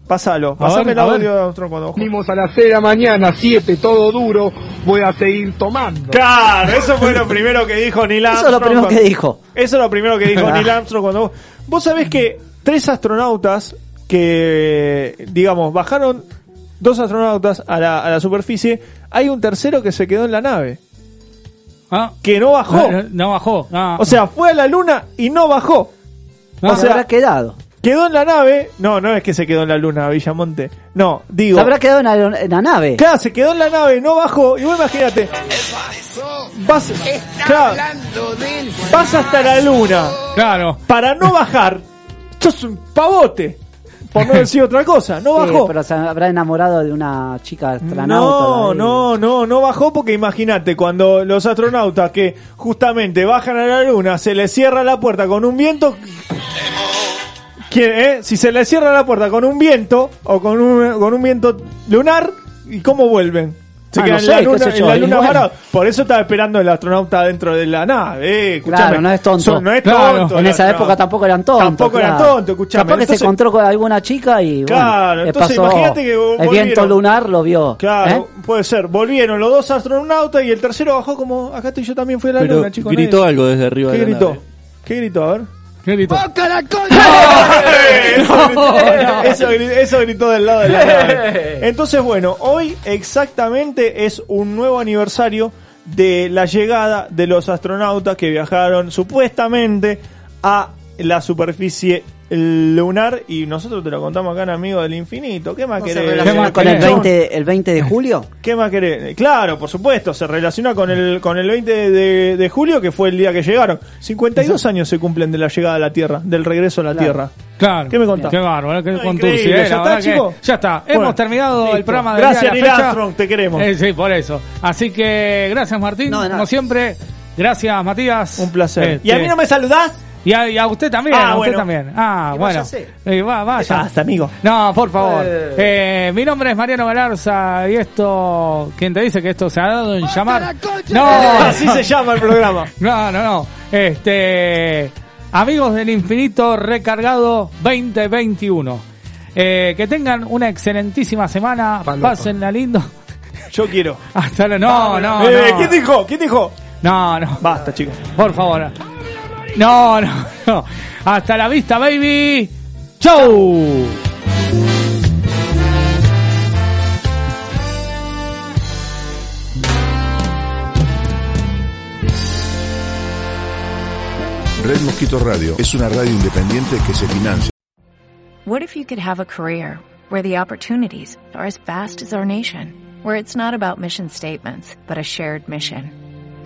pasalo, pasame el audio de Armstrong cuando bajó.
Venimos a las 6 de la mañana, 7, todo duro, voy a seguir tomando.
Claro, eso fue lo primero que dijo Neil
Eso es
Armstrong.
lo primero
cuando-
que dijo.
Eso es lo primero que dijo
Ah.
Neil Armstrong cuando... Vos sabés que tres astronautas que, digamos, bajaron dos astronautas a la, a la superficie, hay un tercero que se quedó en la nave. Que no bajó.
No, no- no bajó. Ah.
O sea, fue a la luna y no bajó.
No,
o
se
sea,
habrá
quedado.
Quedó en la nave. No, no es que se quedó en la luna, Villamonte. No, digo.
Se habrá quedado en la, en la nave.
Claro, se quedó en la nave, no bajó. Y vos imagínate. Vas, claro, vas hasta la luna.
Claro.
Para no bajar. Sos un pavote. Por no decir otra cosa. No
Sí,
bajó.
pero se habrá enamorado de una chica astronauta.
No,
ahí.
no, no, no bajó porque imagínate cuando los astronautas que justamente bajan a la luna se les cierra la puerta con un viento. ¿Quién, eh? Si se les cierra la puerta con un viento o con un, con un viento lunar, ¿y cómo vuelven? Se
Ah,
quedan
no
en la
sé,
luna,
qué sé
en
yo,
la
y
luna
bueno.
varados. Por eso estaba esperando el astronauta dentro de la nave. eh, escuchame.
Claro, no es tonto.
Son- no es tonto,
En
no,
esa
no.
época tampoco eran tontos.
Tampoco eran
claro.
tontos, escuchame.
Capaz que
Entonces-
se encontró con alguna chica y bueno,
Claro,
le
entonces
pasó
imagínate que vos
el viento
volvieron.
lunar lo vio.
Claro,
¿eh?
puede ser. Volvieron los dos astronautas y el tercero bajó como acá estoy yo también fui a la
Pero
luna, chicos.
gritó
nadie-
algo desde arriba
¿Qué
de la
gritó?
nave.
¿Qué gritó? A ver.
¿Qué gritó?
Eso gritó- Eso, gri- eso gritó del lado de la nave. Entonces, bueno, hoy exactamente es un nuevo aniversario de la llegada de los astronautas que viajaron supuestamente a la superficie lunar y nosotros te lo contamos acá en Amigo del Infinito. ¿Qué más
¿No se
querés?
relaciona con el 20, el 20 de julio?
¿Qué más querés? Claro, por supuesto, se relaciona con el con el 20 de, de- de julio, que fue el día que llegaron. 52 años se cumplen de la llegada a la Tierra, del regreso a la Tierra.
Claro.
¿Qué me contás?
Qué bárbaro, qué
Ah,
contursi,
increíble.
eh,
¿Ya
la
está,
verdad que-
chico?
ya está. Hemos
Bueno,
terminado el
listo.
programa de
Gracias,
día de
Neil
la fecha.
Armstrong, te queremos.
Eh, sí, por eso. Así que gracias, Martín. Como siempre, gracias, Matías. Un
placer. ¿Y a mí no me saludás?
Y a, y a usted también,
Ah,
a usted
bueno.
también. Ah,
Y
bueno.
váyase.
Eh, va, vaya.
Hasta, amigo.
No, por favor.
Eh.
Eh, mi nombre es Mariano Galarza y esto, ¿quién te dice que esto se ha dado en llamar? No,
Así se llama el programa.
No, no, no. Este, amigos del infinito recargado 2021. Eh, que tengan una excelentísima semana, pásenla lindo.
Yo quiero.
Hasta la, no, no, no.
Eh, ¿Quién dijo? ¿Quién dijo?
No, no.
Basta, chicos.
Por favor. No, no, no. Hasta la vista, baby. Chau.
Red Mosquito Radio es una radio independiente que se financia.
What if you could have a career where the opportunities are as vast as our nation, where it's not about mission statements, but a shared mission?